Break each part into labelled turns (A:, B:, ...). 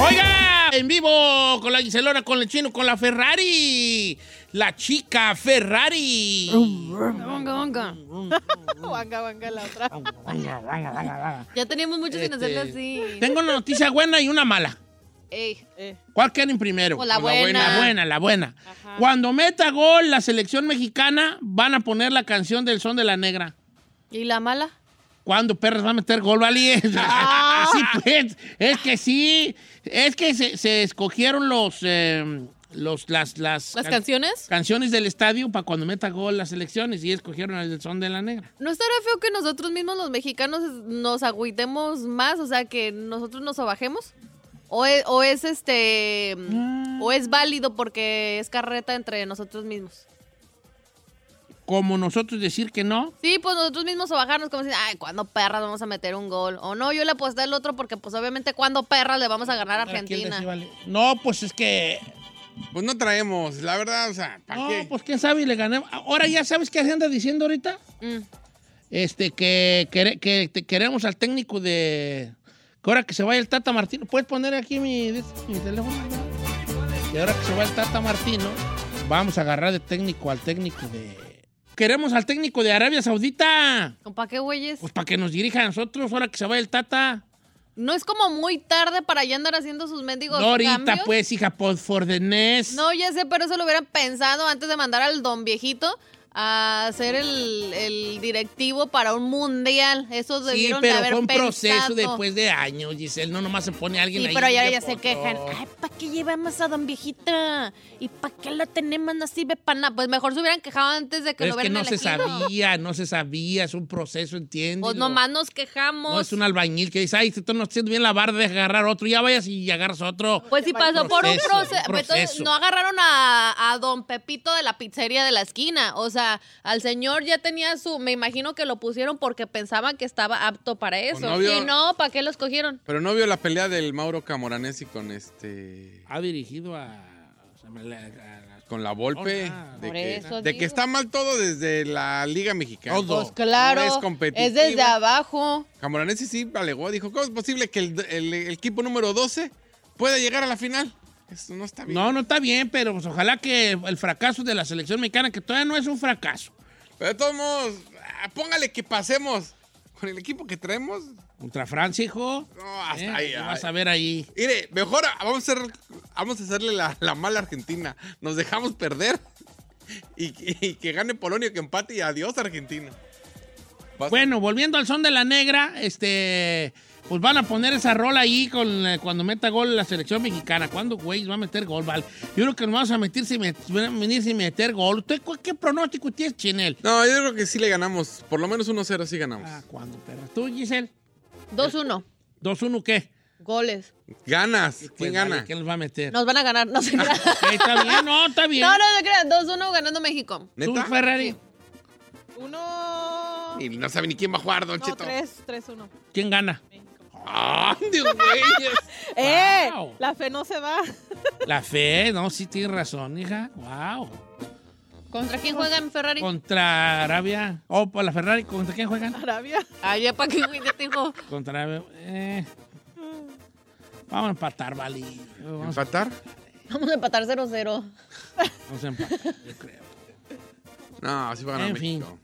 A: Oiga, en vivo con la Giselona, con el chino, con la Ferrari. La chica Ferrari.
B: Wanga, wanga. Wanga, wanga, la otra. Ya teníamos mucho sin hacerlo así.
A: Tengo una noticia buena y una mala.
B: Este, Ey, eh.
A: ¿Cuál quieren primero?
B: Pues la buena.
A: La buena, la buena. Cuando meta gol la selección mexicana, van a poner la canción del son de la negra.
B: ¿Y la mala?
A: ¿Cuándo Perras va a meter gol, Vali?
B: Ah.
A: Así pues, es que sí, es que se, se escogieron los, eh, los las, las,
B: ¿Las
A: can-
B: canciones?
A: canciones del estadio para cuando meta gol las elecciones y escogieron el son de la negra.
B: ¿No estará feo que nosotros mismos los mexicanos es- nos agüitemos más? O sea, que nosotros nos abajemos. ¿O es, o es este... o es válido porque es carreta entre nosotros mismos?
A: Como nosotros decir que no,
B: Sí, pues nosotros mismos abajarnos como dicen, ay, ¿cuándo perras vamos a meter un gol? O no, yo le aposté al otro porque pues obviamente ¿cuándo perras le vamos a ganar a
A: ¿Para quién
B: Argentina?
A: decía, vale? No, pues es que.
C: Pues no traemos, la verdad, o sea, ¿para
A: No,
C: qué?
A: pues quién sabe y le gané. Ahora ya sabes qué se anda diciendo ahorita.
B: Mm.
A: Este, que, quere- que te- queremos al técnico de. Que ahora que se vaya el Tata Martino. ¿Puedes poner aquí mi, de- mi teléfono? Que ahora que se vaya el Tata Martino, vamos a agarrar de técnico al técnico de. Queremos al técnico de Arabia Saudita.
B: ¿Para qué güeyes?
A: Pues para que nos dirija a nosotros, ahora que se vaya el Tata.
B: ¿No es como muy tarde para ya andar haciendo sus mendigos
A: No ahorita,
B: cambios?
A: pues, hija, por for the next.
B: No, ya sé, pero eso lo hubieran pensado antes de mandar al don viejito a ser el, el directivo para un mundial. Eso
A: Sí,
B: debieron de
A: pero
B: haber
A: fue un proceso
B: pensado.
A: después de años, Giselle. No nomás se pone alguien
B: Sí,
A: ahí.
B: pero
A: y
B: ya,
A: le
B: ya se
A: puso.
B: quejan. Ay, ¿para qué llevamos a don viejita? ¿Y para qué la tenemos? No sirve para nada. Pues mejor se hubieran quejado antes de que
A: Pero
B: lo
A: es que
B: hubieran
A: no se
B: elegido.
A: sabía, no se sabía. Es un proceso, ¿entiendes?
B: Pues nomás nos quejamos.
A: No es un albañil que dice, ay, esto no está haciendo bien la barra, deja agarrar otro. Ya vayas y agarras otro.
B: Pues si pasó por un
A: Proceso,
B: proceso.
A: un
B: Entonces
A: proceso.
B: no agarraron a, a don Pepito de la pizzería de la esquina. O sea, al señor ya tenía su. Me imagino que lo pusieron porque pensaban que estaba apto para eso.
C: no vio-
B: Si no, ¿para qué lo escogieron?
C: Pero no vio la pelea del Mauro Camoranesi con este.
A: Ha dirigido a... o sea, me la- a- a-
C: con la Volpe.
A: Ah,
C: de
B: Oh, por
C: que,
B: eso
C: de
B: digo.
C: que está mal todo desde la Liga Mexicana.
A: Todo.
B: Pues claro.
C: No es competitiva.
B: es desde abajo.
C: Camoranesi sí alegó, dijo: ¿Cómo es posible que el, el- el equipo número 12 pueda llegar a la final? Eso no está bien.
A: No, no está bien, pero pues ojalá que el fracaso de la selección mexicana, que todavía no es un fracaso.
C: Pero de todos modos, ah, póngale que pasemos. Con el equipo que traemos,
A: Contra Francia, hijo.
C: no, hasta
A: ¿eh?
C: ahí.
A: ¿Qué
C: ah,
A: Vas a ver ahí.
C: Mire, mejor a- vamos a, hacer- vamos a hacerle la, la mala Argentina. Nos dejamos perder y, y que gane Polonia, que empate y adiós Argentina. Vas-
A: Bueno, volviendo al son de la negra, este, pues van a poner esa rola ahí con eh, cuando meta gol la selección mexicana. ¿Cuándo, güey, va a meter gol? Val? Yo creo que nos vamos a meter sin, met- venir sin meter gol. ¿Usted cuál- qué pronóstico tienes, Chinel?
C: No, yo creo que sí le ganamos. Por lo menos 1-0 sí ganamos.
A: Ah, ¿cuándo, perra? ¿Tú, Giselle?
B: 2-1.
A: 2-1, ¿qué?
B: Goles.
C: Ganas. ¿Quién
A: Pues,
C: gana?
A: dale, ¿Quién nos va a meter?
B: Nos van a ganar. No se
C: Ah,
B: crean.
A: Ok, está bien, no, está bien.
B: No, no se crean. 2-1 ganando México.
A: ¿Tú,
C: ¿Neta?
A: Ferrari?
D: Uno.
C: Y no sabe ni quién va a jugar, Don
D: No,
C: Cheto.
D: tres, tres, uno.
A: ¿Quién gana?
C: ¡Ah, Dios güey!
D: ¡Eh! La fe no se va.
A: La fe, no, sí tienes razón, hija. Wow.
B: ¿Contra quién juega en Ferrari?
A: Contra Arabia. Oh, por la Ferrari, ¿contra quién juegan?
D: Arabia.
B: Ay, ya para qué güey, ya te dijo.
A: Contra. eh. Vamos a empatar, Vali. Vamos,
C: ¿Empatar?
B: Vamos a empatar 0-0.
A: vamos a empatar, yo creo.
C: No, sí va a ganar
A: En fin.
C: México.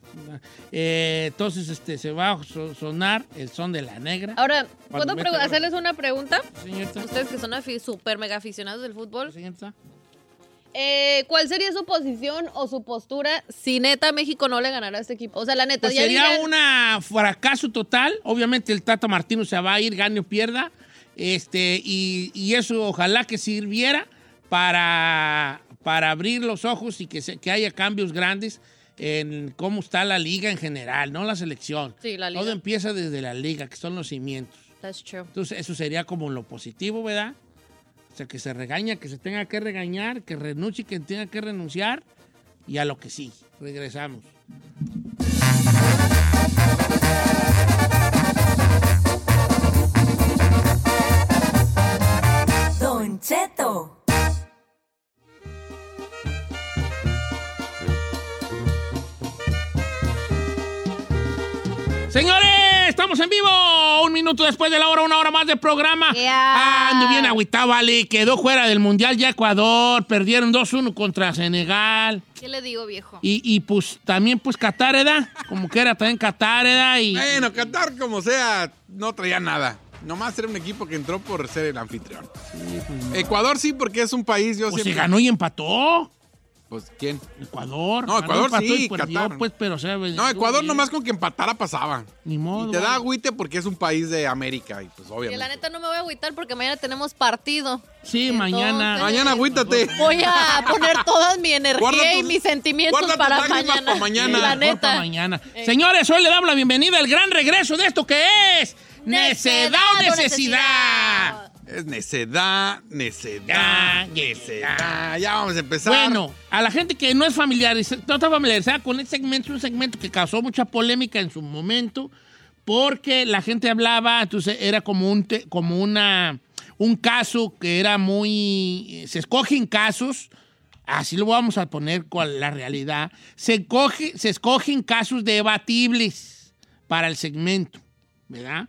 A: Eh, entonces, este, se va a so- sonar el son de la negra.
E: Ahora,
A: Cuando
E: ¿puedo
A: meta
E: pregu-
A: gol.
E: hacerles una pregunta?
A: Señorita.
E: Ustedes que son afi- super mega aficionados del fútbol,
A: Señorita.
E: eh, ¿cuál sería su posición o su postura si neta México no le ganara a este equipo? O sea, la neta,
A: Pues
E: ya
A: sería
E: digan-
A: un fracaso total. Obviamente el Tata Martino se va a ir, gane o pierda. Este, y, y eso ojalá que sirviera para, para abrir los ojos y que, se- que haya cambios grandes en cómo está la liga en general, no la selección.
E: Sí, la
A: Todo
E: liga.
A: empieza desde la liga, que son los cimientos.
E: That's true.
A: Entonces eso sería como lo positivo, ¿verdad? O sea, que se regaña, que se tenga que regañar, que renuncie, que tenga que renunciar y a lo que sí. Regresamos.
F: Don Cheto.
A: Señores, estamos en vivo. Un minuto después de la hora, una hora más de programa.
E: Yeah.
A: Ah, Ando bien agüitado, vale. Quedó fuera del Mundial ya Ecuador. Perdieron 2-1 contra Senegal.
E: ¿Qué le digo, viejo?
A: Y, y, pues también pues Qatar, ¿verdad? Como que era también Qatar, ¿verdad? Y,
C: Bueno, Qatar, como sea, no traía nada. Nomás era un equipo que entró por ser el anfitrión. Ecuador sí, porque es un país, yo
A: pues se
C: siempre...
A: ganó y empató.
C: Pues, ¿quién?
A: Ecuador.
C: No, Ecuador
A: Ganó, empató
C: sí,
A: y perdió,
C: Qatar.
A: pues, pero o sea,
C: No, Ecuador
A: bien.
C: nomás con que empatara pasaba.
A: Ni modo.
C: Y te da
A: vale.
C: agüite porque es un país de América y pues
E: Que la
C: obviamente.
E: neta no me voy a agüitar porque mañana tenemos partido.
A: Sí,
E: Entonces-
A: mañana.
C: Mañana agüítate.
A: pues,
E: Voy a poner toda mi
C: Guarda
E: energía y
C: tus-
E: mis sentimientos
C: guarda tus
E: para
C: lágrimas
E: mañana.
C: pa' mañana.
E: La
C: Mejor
A: Mejor pa'
E: neta. Eh.
A: mañana. Señores, hoy le damos la bienvenida al gran regreso de esto que es Necedad o Necesidad.
C: Es necedad, necedad,
A: Ya,
C: necedad. Ya vamos a empezar.
A: Bueno, a la gente que no es familiariza- no está familiarizada con este segmento, es un segmento que causó mucha polémica en su momento, porque la gente hablaba, entonces era como un te- como una un caso que era muy eh, se escogen casos Así lo vamos a poner con la realidad. Se, coge- se escogen casos debatibles para el segmento, ¿verdad?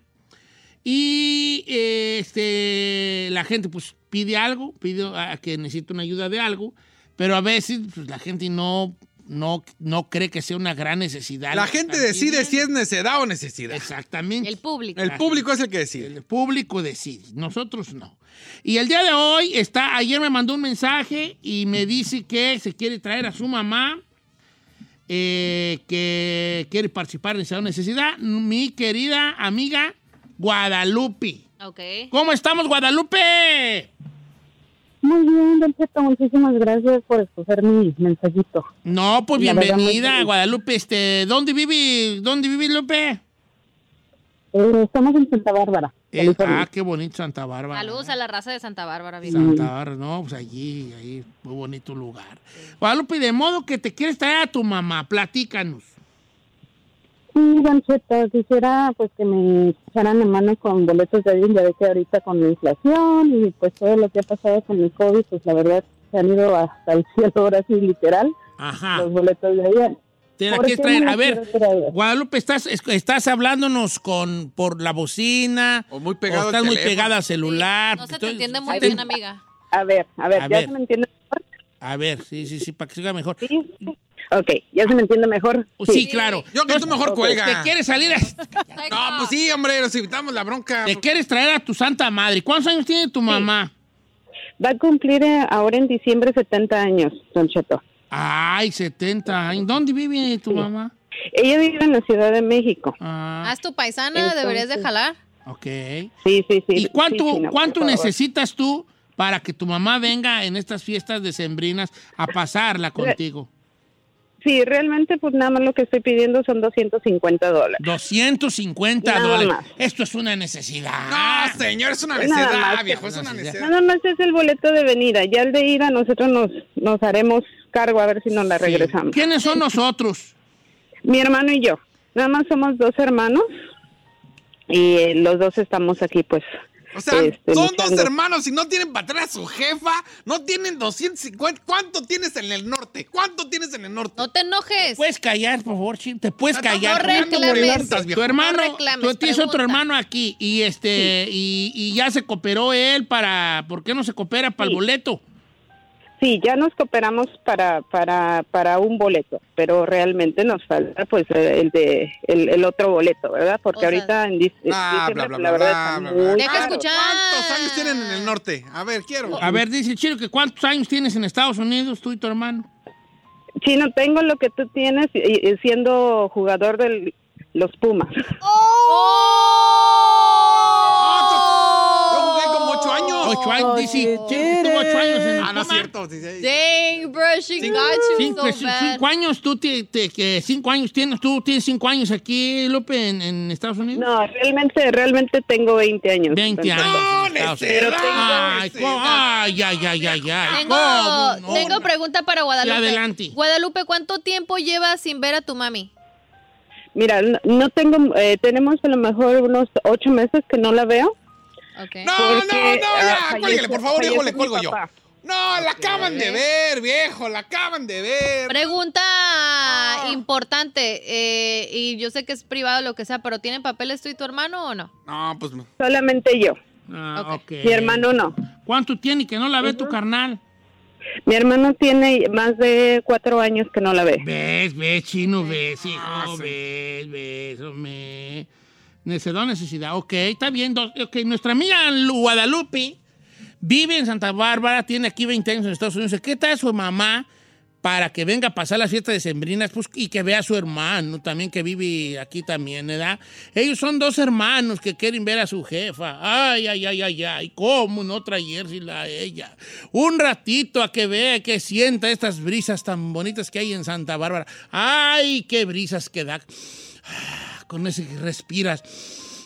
A: Y eh, este, la gente pues pide algo, pide a- que necesita una ayuda de algo, pero a veces pues, la gente no, no, no cree que sea una gran necesidad.
C: La gente decide si es necedad o necesidad.
A: Exactamente.
E: El público.
C: El público es el que decide.
A: El público decide, nosotros no. Y el día de hoy está, ayer me mandó un mensaje y me dice que se quiere traer a su mamá, eh, que quiere participar en esa necesidad, mi querida amiga Guadalupe.
E: Ok.
A: ¿Cómo estamos, Guadalupe?
G: Muy bien, Don Cheto, muchísimas gracias por escoger mi mensajito.
A: No, pues
G: La verdad, muy
A: bienvenida,
G: feliz.
A: Guadalupe. Este, ¿Dónde vive? ¿Dónde vive, Lupe?
G: Eh, estamos en Santa Bárbara,
A: Eh,
G: California.
A: ah, qué bonito Santa Bárbara.
E: Saludos a la raza de Santa Bárbara, viejo.
G: Mm.
A: Santa Bárbara, no, pues allí, ahí, muy bonito lugar. Guadalupe, de modo que te quieres traer a tu mamá, platícanos.
G: Sí, Don Cheto, quisiera pues que me echaran la mano con boletos de avión, ya ve que ahorita con la inflación y pues todo lo que ha pasado con el COVID, pues la verdad se han ido hasta el cielo ahora sí, literal,
A: Ajá,
G: los boletos de avión.
A: te la
G: ¿Por
A: quieres
G: qué
A: traer.
G: no
A: A ver,
G: quiero traer?
A: Guadalupe, estás, es- estás hablándonos con, por la bocina,
C: O muy
A: o
C: pegado
A: estás
C: al
A: muy
C: teléfono.
A: pegada al celular.
E: No se te
A: entonces,
E: entiende
A: sí
E: muy
A: te-
E: bien, amiga.
G: A ver, a ver,
A: A
G: ¿ya
A: ver.
G: se me entiende mejor?
A: A ver, sí, sí, sí, para que siga mejor. Sí,
G: Sí. Ok, ¿ya se me entiende mejor?
A: Oh, claro.
C: Yo que tú mejor cuelga.
A: Te quieres salir, a-
C: No, pues sí, hombre, nos evitamos la bronca.
A: te quieres traer a tu santa madre. ¿Cuántos años tiene tu mamá?
G: Va a cumplir eh, ahora en diciembre 70 años, Don Cheto.
A: Ay, 70 años. ¿Dónde vive tu mamá?
G: Ella vive en la Ciudad de México.
A: Ah,
E: Haz tu paisana, deberías de jalar.
A: ok.
G: Sí, sí, sí.
A: ¿Y cuánto,
G: Sí, sí, no,
A: cuánto
G: por favor.
A: necesitas tú para que tu mamá venga en estas fiestas decembrinas a pasarla contigo?
G: Sí, realmente, pues nada más lo que estoy pidiendo son 250 dólares.
A: 250
G: Nada
A: dólares.
G: más.
A: Esto es una necesidad.
C: No, señor, es una
G: Nada más
C: necedad,
G: que-
C: viejo, es una
A: Nada
C: necedad.
G: Nada más es el boleto de venida. Ya el de ida, nosotros nos, nos haremos cargo a ver si nos la
A: Sí.
G: regresamos.
A: ¿Quiénes son nosotros?
G: Mi hermano y yo. Nada más somos dos hermanos. Y eh, los dos estamos aquí, pues.
C: O sea,
G: este,
C: son dos
G: luchando.
C: hermanos y no tienen para atrás a su jefa, no tienen 250. ¿Cuánto tienes en el norte? ¿Cuánto tienes en el norte?
E: No te enojes.
A: Puedes callar, por favor, Chim? Te puedes
C: Estamos
A: callar.
C: hablando
E: reclames.
C: preguntas,
A: Tu
C: viejo.
A: hermano,
E: No reclames,
A: tú tienes otro
E: pregunta.
A: hermano aquí y este y, y ya se cooperó él para, ¿por qué no se coopera para el
G: Sí.
A: boleto?
G: sí, ya nos cooperamos para, para, para un boleto, pero realmente nos falta pues eh, el de el, el otro boleto, ¿verdad? Porque
B: O sea-
G: ahorita en dis-
C: Bla,
G: diciembre,
C: Ah,
G: pues,
C: bla, bla,
G: la
C: bla,
G: verdad
C: bla,
G: está
C: bla,
G: muy
C: bla.
B: Deja
C: Claro.
B: escuchar.
C: ¿Cuántos años tienen en el norte? A ver, quiero.
A: A ver, dice Chiro que cuántos años tienes en Estados Unidos, tú y tu hermano.
G: Chino, tengo lo que tú tienes y- y siendo jugador de los Pumas.
B: Oh.
C: Yo jugué como ocho años.
A: Ocho años, dice Chiro que tuvo ocho años en el
C: Ah, no es
A: Puma.
C: cierto. sí, sí.
B: Dang, bro, she got you
A: Cinco,
B: so
A: ci-
B: bad.
A: cinco años, tú ti- te- que cinco años tienes, tú tienes cinco años aquí, Lupe, en, en Estados Unidos.
G: No, realmente, realmente tengo 20 años.
A: 20
G: Entonces,
A: años.
C: No,
A: en Estados
C: necedad,
A: Unidos. Ay,
C: necedad.
A: cómo- ay, ay, ay, ay, ay.
B: Tengo,
A: ¿Cómo ah, no?
B: tengo pregunta para Guadalupe.
A: adelante.
B: Guadalupe, ¿cuánto tiempo llevas sin ver a tu mami?
G: Mira, no, no tengo, eh, tenemos a lo mejor unos ocho meses que no la veo.
B: Ok.
G: Porque,
C: No, no, no,
G: ah,
C: ya,
G: falleció-
C: cuélguele, por favor,
G: falleció
C: hijo, le
G: mi
C: cuelgo yo.
G: papá.
C: No, la acaban de ver, viejo, la acaban de
A: eh,
C: ver.
B: Pregunta importante, eh, y yo sé que es privado lo que sea, pero ¿tienen papeles tú y tu hermano o no?
C: No, pues
G: Solamente yo.
A: Ah,
B: Ok.
A: ok.
G: Mi hermano no.
A: ¿Cuánto tiene que no la ve tu carnal?
G: Mi hermano tiene más de cuatro años que no la ve.
A: Ves, ves, chino, ves, hijo, ves, ves, hombre. Necesidad, necesidad. Ok, está bien. dos- ok, nuestra amiga Lu- Guadalupe vive en Santa Bárbara, tiene aquí 20 años en Estados Unidos. ¿Qué tal su mamá para que venga a pasar las fiestas decembrinas pues, y que vea a su hermano también que vive aquí también, ¿verdad? Ellos son dos hermanos que quieren ver a su jefa. Ay, ay, ay, ay, ay, ¿cómo no traérsela a ella? Un ratito a que vea, que sienta estas brisas tan bonitas que hay en Santa Bárbara. Ay, qué brisas que da. Ah, Con ese que respiras.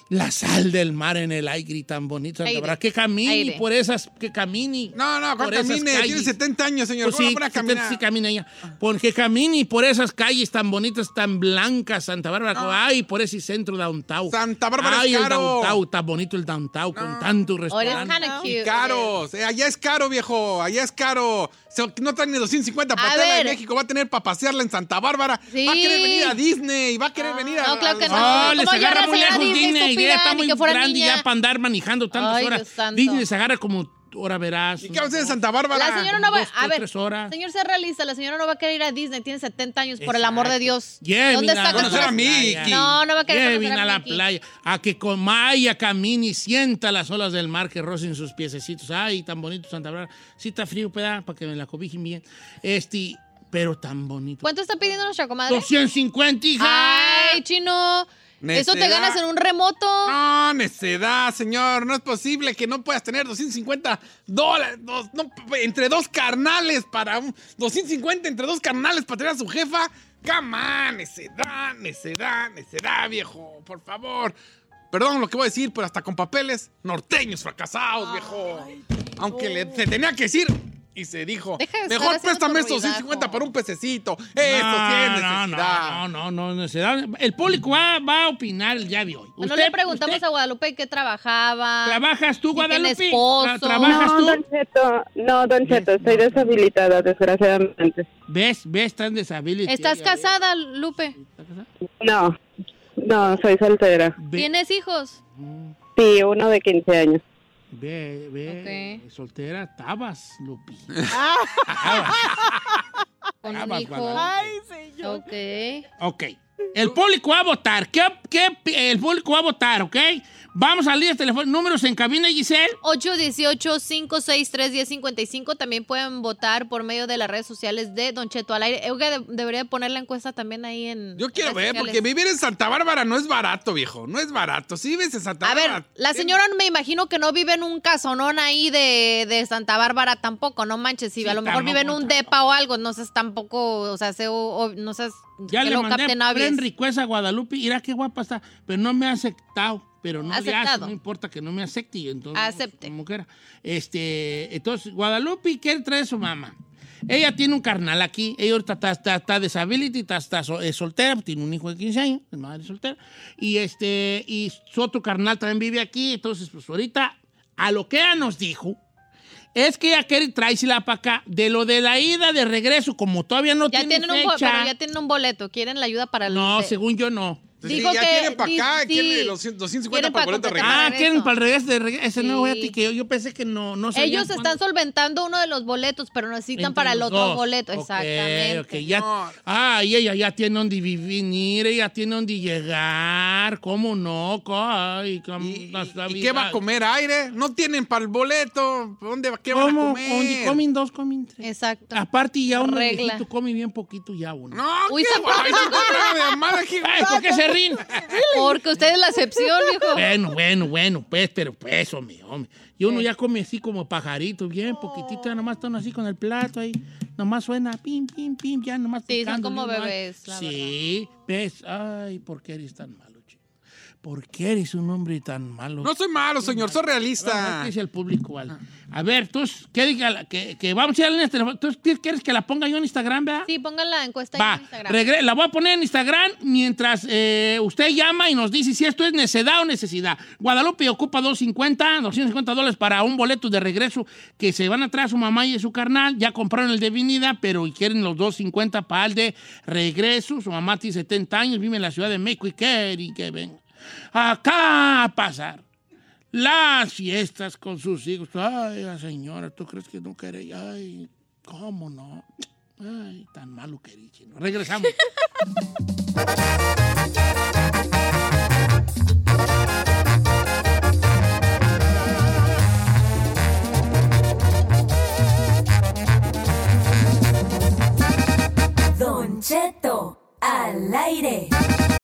A: La sal del mar en el aire tan bonito. Santa
B: Aire.
A: Bárbara. Que camine
B: Aire.
A: por esas, que camine.
C: No, no,
A: por
C: ¿cuál
A: esas
C: camine? Tiene
A: calles.
C: 70 años, señor.
A: Pues
C: ¿Cómo
A: sí,
C: para
A: sí,
C: caminar?
A: sí, camina ella. Porque camine por esas calles tan bonitas, tan blancas, Santa Bárbara. Ay, por ese centro downtown.
C: Santa Bárbara
A: Ay,
C: es
A: el
C: caro.
A: downtown, tan bonito el downtown, con tanto
B: Ahora es
A: restaurante.
B: kinda cute.
C: Caros, eh, allá es caro, viejo, allá es caro. Se- no traen ni 250 para
B: A
C: traerla en
B: ver.
C: México, va a tener para pasearla en Santa Bárbara.
B: Sí.
C: Va a querer venir a Disney, va a querer venir a.
B: No, claro
C: a-
B: que
A: No,
B: Ah,
A: les
B: ¿cómo
A: agarra
B: lloras
A: muy
B: en la
A: lejos
B: Disney,
A: Disney. Ya
B: estúpida?
A: está
B: Ni
A: muy
B: que fuera
A: grande
B: niña.
A: ya para andar manejando tantas
B: Ay,
A: horas.
B: Dios santo.
A: Disney les agarra como, ahora verás.
C: ¿Y qué va a hacer en Santa Bárbara?
B: La señora no va
A: Dos,
B: a
A: dos,
B: ver.
A: tres horas.
B: Señor, sea realista, la señora no va a querer ir a Disney, tiene 70 años, por el amor de
A: Exacto.
B: Dios.
A: Lleven
B: ¿Dónde
A: a
B: está con
C: conocer
B: su-
C: a Mickey.
B: No, no va a querer
A: Lleven
B: conocer a
A: a, la
B: Mickey.
A: playa, a que con Maya camine y sienta las olas del mar que rocen sus piececitos. Ay, tan bonito Santa Bárbara. Sí está frío, peda, para que me la cobijen bien. Este, pero tan bonito.
B: ¿Cuánto está pidiendo nuestra comadre?
A: 250, hija.
B: Ay, chino. Eso te
C: Necedad.
B: ganas en un remoto.
C: No, Ah, necedad, señor. No es posible que no puedas tener 250 dólares. dos- no, entre dos carnales para un. 250 entre dos carnales para tener a su jefa. Come on, necedad, necedad, necedad, viejo. Por favor. Perdón lo que voy a decir, pero hasta con papeles norteños fracasados, viejo. Aunque le, se tenía que decir. Y se dijo,
B: Deja de estar
C: mejor
B: haciendo
C: préstame
B: tu
C: esos
B: ruidajo.
C: 150 para un pececito. Eso
A: No,
C: sí es
A: no,
C: necesidad.
A: no, no, no, necesidad. El público va, va a opinar el día de hoy.
B: no le preguntamos a Guadalupe qué trabajaba.
A: ¿Trabajas tú,
B: si tiene
A: Guadalupe?
B: esposo.
A: ¿Trabajas
G: no,
A: tú?
G: Don Cheto, no, Don Cheto, estoy deshabilitada, desgraciadamente.
A: ¿Ves? ¿Ves? Estás deshabilitada.
B: ¿Estás casada, Lupe?
G: No, no, soy soltera.
B: ¿Tienes hijos?
G: Sí, uno de 15 años.
A: Ve, ve,
B: Ok.
A: soltera, estabas, Lupi.
B: Con
A: Ah,
B: un
A: vas,
B: hijo.
A: Guadalupe.
H: Ay, señor.
B: Ok.
A: Ok. El público va a votar. ¿Qué, qué, pi- el público va a votar, ¿ok? Vamos a líneas telefónicas. Números en cabina, Giselle.
B: 818-563-1055. También pueden votar por medio de las redes sociales de Don Cheto al aire. Euge de- debería poner la encuesta también ahí en.
C: Yo quiero
B: redes
C: ver,
B: sociales.
C: Eh, porque vivir en Santa Bárbara no es barato, viejo. No es barato. Si vives en Santa
B: A ver,
C: Bárbara.
B: la señora me imagino que no vive en un casonón ahí de, de Santa Bárbara tampoco, no manches. Si
A: Sí,
B: a lo mejor
A: tampoco,
B: vive en un
A: tampoco.
B: depa o algo, no sé, tampoco, o sea, se, o- o- no sé,
A: Ya
B: que
A: le
B: lo
A: mandé
B: capten obvious.
A: friend request a Guadalupe. Mira qué guapa está. Pero no me ha aceptado. Pero no le hace,
B: Aceptado.
A: no importa que no me acepte. y Entonces,
B: Acepte.
A: Como quiera. Este, entonces, Guadalupe, ¿qué trae su mamá? Ella tiene un carnal aquí. Ella ahorita está, está, está disability, está, está sol- es soltera, tiene un hijo de 15 años, es madre soltera. Y este, y su otro carnal también vive aquí. Entonces, pues ahorita, a lo que ella nos dijo, es que ella quiere traérsela para acá. De lo de la ida de regreso, como todavía no
B: Ya
A: tiene
B: tienen, un, bo-
A: fecha.
B: pero ya tienen un boleto, quieren la ayuda para el
A: No,
B: de-
A: según yo no.
C: Entonces,
E: Dijo
C: pues, ya
E: que-
C: quieren para
E: di-
C: acá,
E: sí.
C: quieren los cien- 250
E: Quieren
C: para
E: pa'
C: boleto
E: completar.
C: regalo.
A: Ah,
E: regreso.
A: quieren para el regreso de reg- ese nuevo
E: Sí.
A: Yeti que yo, yo pensé que no, no sabían
E: Ellos
A: cuándo-
E: están solventando uno de los boletos, pero necesitan
A: entre
E: para el
A: los
E: otro
A: dos.
E: boleto.
A: Ok,
E: Exactamente.
A: ok, ya-
C: No.
A: Ah, y ella ya tiene donde venir, ella tiene donde llegar. ¿Cómo no? Ay, cómo-
C: ¿Y,
A: la
C: y- y qué va a
A: Mm, Navidad.
C: comer aire? No tienen para el boleto. ¿Dónde va? ¿Qué van a
A: ¿Cómo?
C: comer?
A: Comen- Comen dos, comen tres.
E: Exacto.
A: Aparte, ya uno
E: Regla.
A: viejito come bien poquito ya uno.
C: No,
E: Uy,
C: qué
E: zapato.
C: guay, no te traga de amada aquí.
A: Ay, ¿por qué se ríen?
E: Porque usted es la excepción, viejo.
A: Bueno, bueno, bueno, pues, pero pues, hombre, hombre. Y uno ya come así como pajarito, bien, poquitito, ya nomás están así con el plato ahí, nomás suena pim, pim, pim, ya nomás
E: Sí, son
A: picándole
E: como
A: uno ahí.
E: bebés, la
A: Sí, ves, ay, ¿por qué eres tan malo, chico? ¿Por qué eres un hombre tan malo?
C: No soy malo, señor, soy
A: Vamos,
C: realista.
A: ¿qué dice el público?
E: Ah.
A: Al- A ver, tú, ¿qué diga la- que, que vamos a ir a la telefónica? ¿Tú quieres que la ponga yo en Instagram, vea?
E: Sí, pongan la encuesta ahí
A: Va,
E: en Instagram.
A: regre- la voy a poner en Instagram mientras eh, usted llama y nos dice si esto es necedad o necesidad. Guadalupe ocupa 250, 250 dólares para un boleto de regreso que se van a traer su mamá y su carnal. Ya compraron el de vinida, pero quieren los 250 para el de regreso. Su mamá tiene 70 años, vive en la Ciudad de México y quiere y que venga acá a pasar las fiestas con sus hijos. Ay, la señora, ¿tú crees que no queréis? Ay, ¿cómo no? Ay, tan malo que eres, chino. Regresamos.
F: Don Cheto, al aire.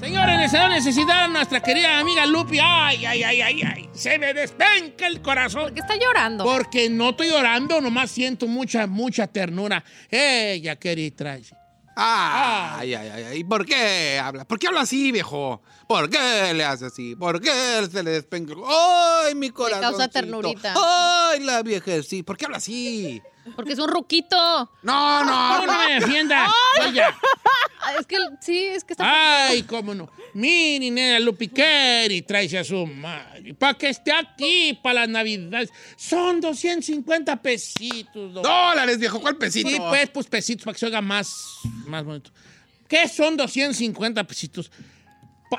A: Señores, les da necesidad a nuestra querida amiga Lupi. Ay, ay, ay, ay, ay. Se me despenca el corazón.
E: Porque está llorando.
A: Porque no estoy llorando, nomás siento mucha, mucha ternura. Ella, querida, trae.
C: Ay, ay, ay, ay. ¿Y por qué habla? ¿Por qué habla así, viejo? ¿Por qué le hace así? ¿Por qué se le despenca? ¡Ay, mi corazón!
E: causa ternurita.
C: ¡Ay, la vieja! Sí, ¿por qué habla así?
E: Porque es un ruquito.
B: Ah,
C: No,
A: No,
C: no,
A: no me defiendas. Ella.
E: Ah, Es que sí, es que está.
A: Ay, cómo no. Mini nena Lupiqueri, tráese a su madre. Para que esté aquí para las navidades. Son 250 pesitos. don.
C: Dólares, viejo, ¿cuál pesito?
A: Sí, pues, pues pesitos para que se oiga más, más bonito. ¿Qué son 250 pesitos?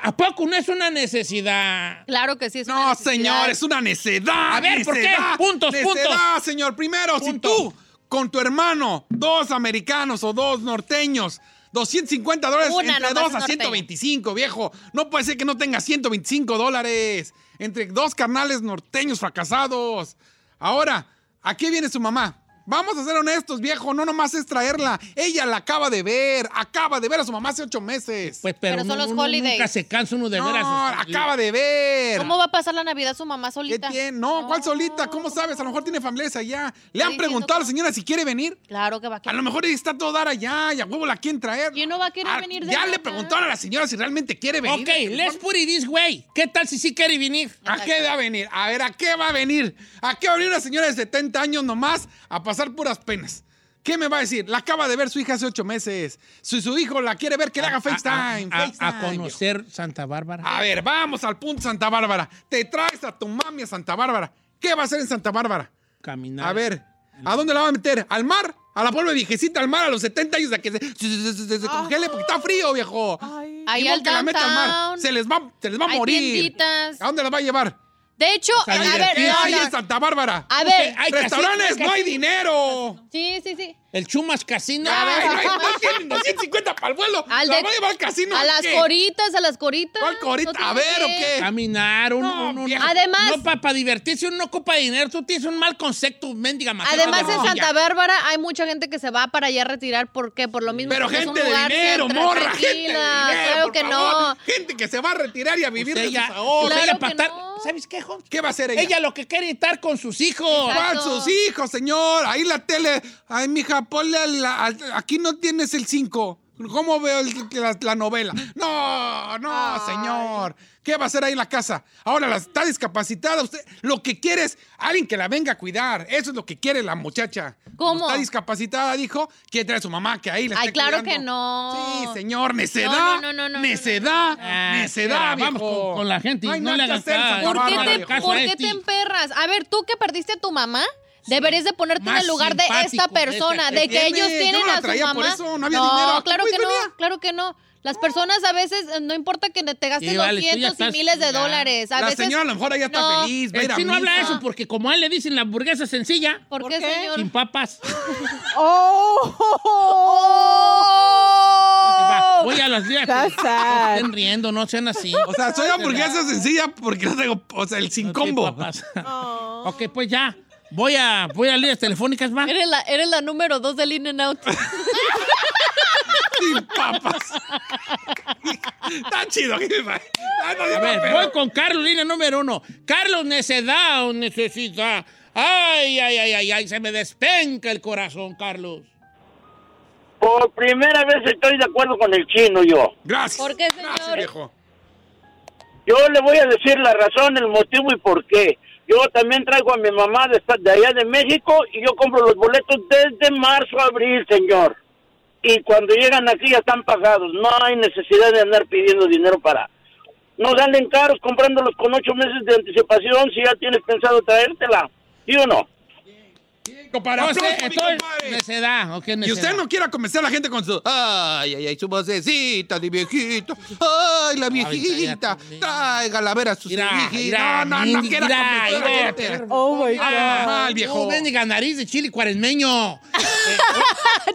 A: ¿A poco no es una necesidad?
E: Claro que sí. Es una
C: No,
E: necesidad.
C: señor, es una necedad.
A: A ver, ¿por qué?
C: necedad,
A: Puntos,
C: necedad, señor. Primero,
A: Puntos.
C: si tú con tu hermano, dos americanos o dos norteños, 250 dólares
E: Una
C: entre
E: nomás
C: dos a
E: norteño.
C: 125, viejo. No puede ser que no tengas 125 dólares entre dos carnales norteños fracasados. Ahora, ¿a qué viene su mamá? Vamos a ser honestos, viejo. No nomás es traerla. Ella la acaba de ver. Acaba de ver a su mamá hace ocho meses.
A: Pues, pero,
E: Pero son
A: no-
E: los
A: uno
E: holidays.
A: Nunca se cansa uno de
C: no,
A: veras. este,
C: acaba de ver.
E: ¿Cómo va a pasar la Navidad su mamá
C: ¿Qué
E: solita?
C: tiene? No, ¿cuál solita? ¿Cómo sabes? A lo mejor tiene familia allá. ¿Le han
E: diciendo
C: preguntado a la
E: que-
C: señora si quiere venir?
E: Claro que va a
C: A
E: querer.
C: lo mejor ella está todo dar allá y a huevo la quieren traer.
E: ¿Quién no va a querer
C: Ah,
E: venir de
C: Ya
E: allá?
C: le preguntaron a la señora si realmente quiere venir. Ah,
A: Ok, let's put it this way. ¿Qué tal si sí quiere venir?
C: ¿A qué va a venir? A ver, ¿a qué va a venir? ¿A qué va a venir una señora de 70 años nomás a pasar puras penas? ¿Qué me va a decir? La acaba de ver su hija hace ocho meses. Si su hijo la quiere ver, que le haga FaceTime.
A: A- a- a
C: FaceTime, Ah, viejo.
A: conocer Santa Bárbara.
C: A ver, vamos al punto Santa Bárbara. Te traes a tu mami a Santa Bárbara. ¿Qué va a hacer en Santa Bárbara?
A: Caminar.
C: A ver, ¿a dónde la va a meter? ¿Al mar? ¿A la pobre viejecita al mar a los 70 años de que se, se- se- se- se- se congele porque está frío, viejo?
H: Ay.
E: Ahí
C: Ni modo
E: al
C: que la meta al mar.
E: downtown.
C: Se les va, se les va a
E: Hay
C: morir.
E: tienditas.
C: ¿A dónde la va a llevar?
B: De hecho, a
C: Ahí
B: ver,
C: aquí,
B: no,
C: ahí
B: no.
C: en Santa Bárbara.
B: A ver.
C: Hay restaurantes, no hay dinero.
B: Sí, sí, sí.
A: El Chumas Casino.
C: Ay, no, hay- no tienen 250 para el vuelo.
B: Al
C: ¿La
B: de-
C: va a llevar al casino?
B: a las
C: ¿Qué?
B: coritas, a las coritas.
C: ¿Cuál corita?
B: No
C: A ver,
B: tiene
C: ¿o qué?
A: Caminar, un,
B: No,
A: un- un-
B: vieja. Además-
A: No, para divertirse uno no ocupa dinero. Tú tienes un mal concepto, mendiga maceta
B: Además,
A: de
B: en
A: rodilla.
B: Santa Bárbara hay mucha gente que se va para allá a retirar. ¿Por qué? Por lo mismo.
C: Pero
B: porque es un
C: gente de
B: lugar
C: dinero,
B: tra-
C: morra,
B: tranquila,
C: gente de dinero,
B: Claro
C: por
B: que
C: favor.
B: no.
C: Gente que se va a retirar y a vivir
A: Usted
C: de
A: ya-
C: sus ahorros.
A: usted ya
C: Claro
A: para
C: que
A: pues estar- ¿Sabes qué, Holmes?
C: ¿Qué va a hacer ella?
A: Ella? lo que quiere es estar con sus hijos.
C: ¿Cuál sus hijos, señor? Ahí la tele. Ay, mija, ponle a la- a- aquí no tienes el 5. ¿Cómo veo el- la, la novela? No, no, señor. ¿Qué va a hacer ahí en la casa? Ahora la- está discapacitada. Usted lo que quiere es alguien que la venga a cuidar. Eso es lo que quiere la muchacha.
B: ¿Cómo?
C: Está discapacitada, dijo. Quiere traer a su mamá que ahí la
B: Ay,
C: esté
B: claro
C: cuidando.
B: que no.
C: Sí, señor, necedad.
B: No, no, no, no, no,
C: necedad, necedad,
A: Ah, espera, vamos
C: viejo.
A: con- con la gente y
C: hay
A: no
C: nada
A: le
C: que
A: hagas
C: hacer en
A: caso.
C: Santa
A: ¿Por qué
C: Bárbara,
A: te-
C: viejo.
A: Caso
B: ¿Por
A: a
B: qué
A: este.
B: te emperras? A ver, tú que perdiste a tu mamá, deberías de ponerte en
A: Más
B: el lugar de esta
A: simpático,
B: persona,
A: ese-
B: de que
A: Entiende,
B: ellos
A: yo
B: tienen
A: no la
B: a su
A: traía por
B: mamá.
A: eso, no había dinero, ¿a
B: claro
A: quién
B: que
A: pues
B: no, claro que no. Las personas a veces, eh, no importa que te gastes
A: Sí, vale, tú ya
B: 200 y
A: estás-
B: miles de
A: ya.
B: dólares. A
C: La
B: veces,
C: señora a lo mejor allá está
B: No.
C: feliz. va a
A: El
C: ir a
A: chino habla
C: misa.
A: eso porque como a él le dicen la hamburguesa sencilla,
B: ¿Por, qué, Oh, señor?
A: sin papas.
H: ¡Oh!
A: Voy a las días.
H: That's sad.
A: Estén riendo, no sean así.
C: O sea, soy hamburguesa sencilla porque no tengo, o sea, el sin combo.
A: papas.
B: Oh.
A: ok, pues ya. Voy a, voy a líneas telefónicas, más.
B: Eres la, eres la número dos del In and Out.
C: Sin papas. Está chido. jefe. Ah, no,
A: A
C: ya
A: ver, voy
C: me acuerdo.
A: con Carlos, línea número uno. Carlos, necedad o necesidad. Ay, ay, ay, ay, ay, se me despenca el corazón, Carlos.
I: Por primera vez estoy de acuerdo con el chino yo.
C: Gracias.
B: ¿Por qué,
C: Gracias,
B: señor?
C: viejo.
I: Yo le voy a decir la razón, el motivo y por qué. Yo también traigo a mi mamá de, esta- de allá de México y yo compro los boletos desde marzo a abril, señor. Y cuando llegan aquí ya están pagados. No hay necesidad de andar pidiendo dinero para... No salen caros comprándolos con ocho meses de anticipación si ya tienes pensado traértela. ¿Sí o no?
C: Para
A: Entonces,
C: aplauso, mi
A: entonces,
C: compadre.
A: necedad, ok,
C: Y usted
A: necedad.
C: no quiera convencer a la gente con su. Ay, ay, ay, su vocecita de viejito. Ay, la viejita. Tráigala a ver a sus
A: Mira,
C: hijita.
A: mira,
C: No, no, no quiera
A: mira,
C: convencer a la
A: mira.
C: gente.
H: Oh my
C: Ah,
H: God.
C: mal, viejo.
A: No, bendiga, nariz de chile cuaresmeño. Eh,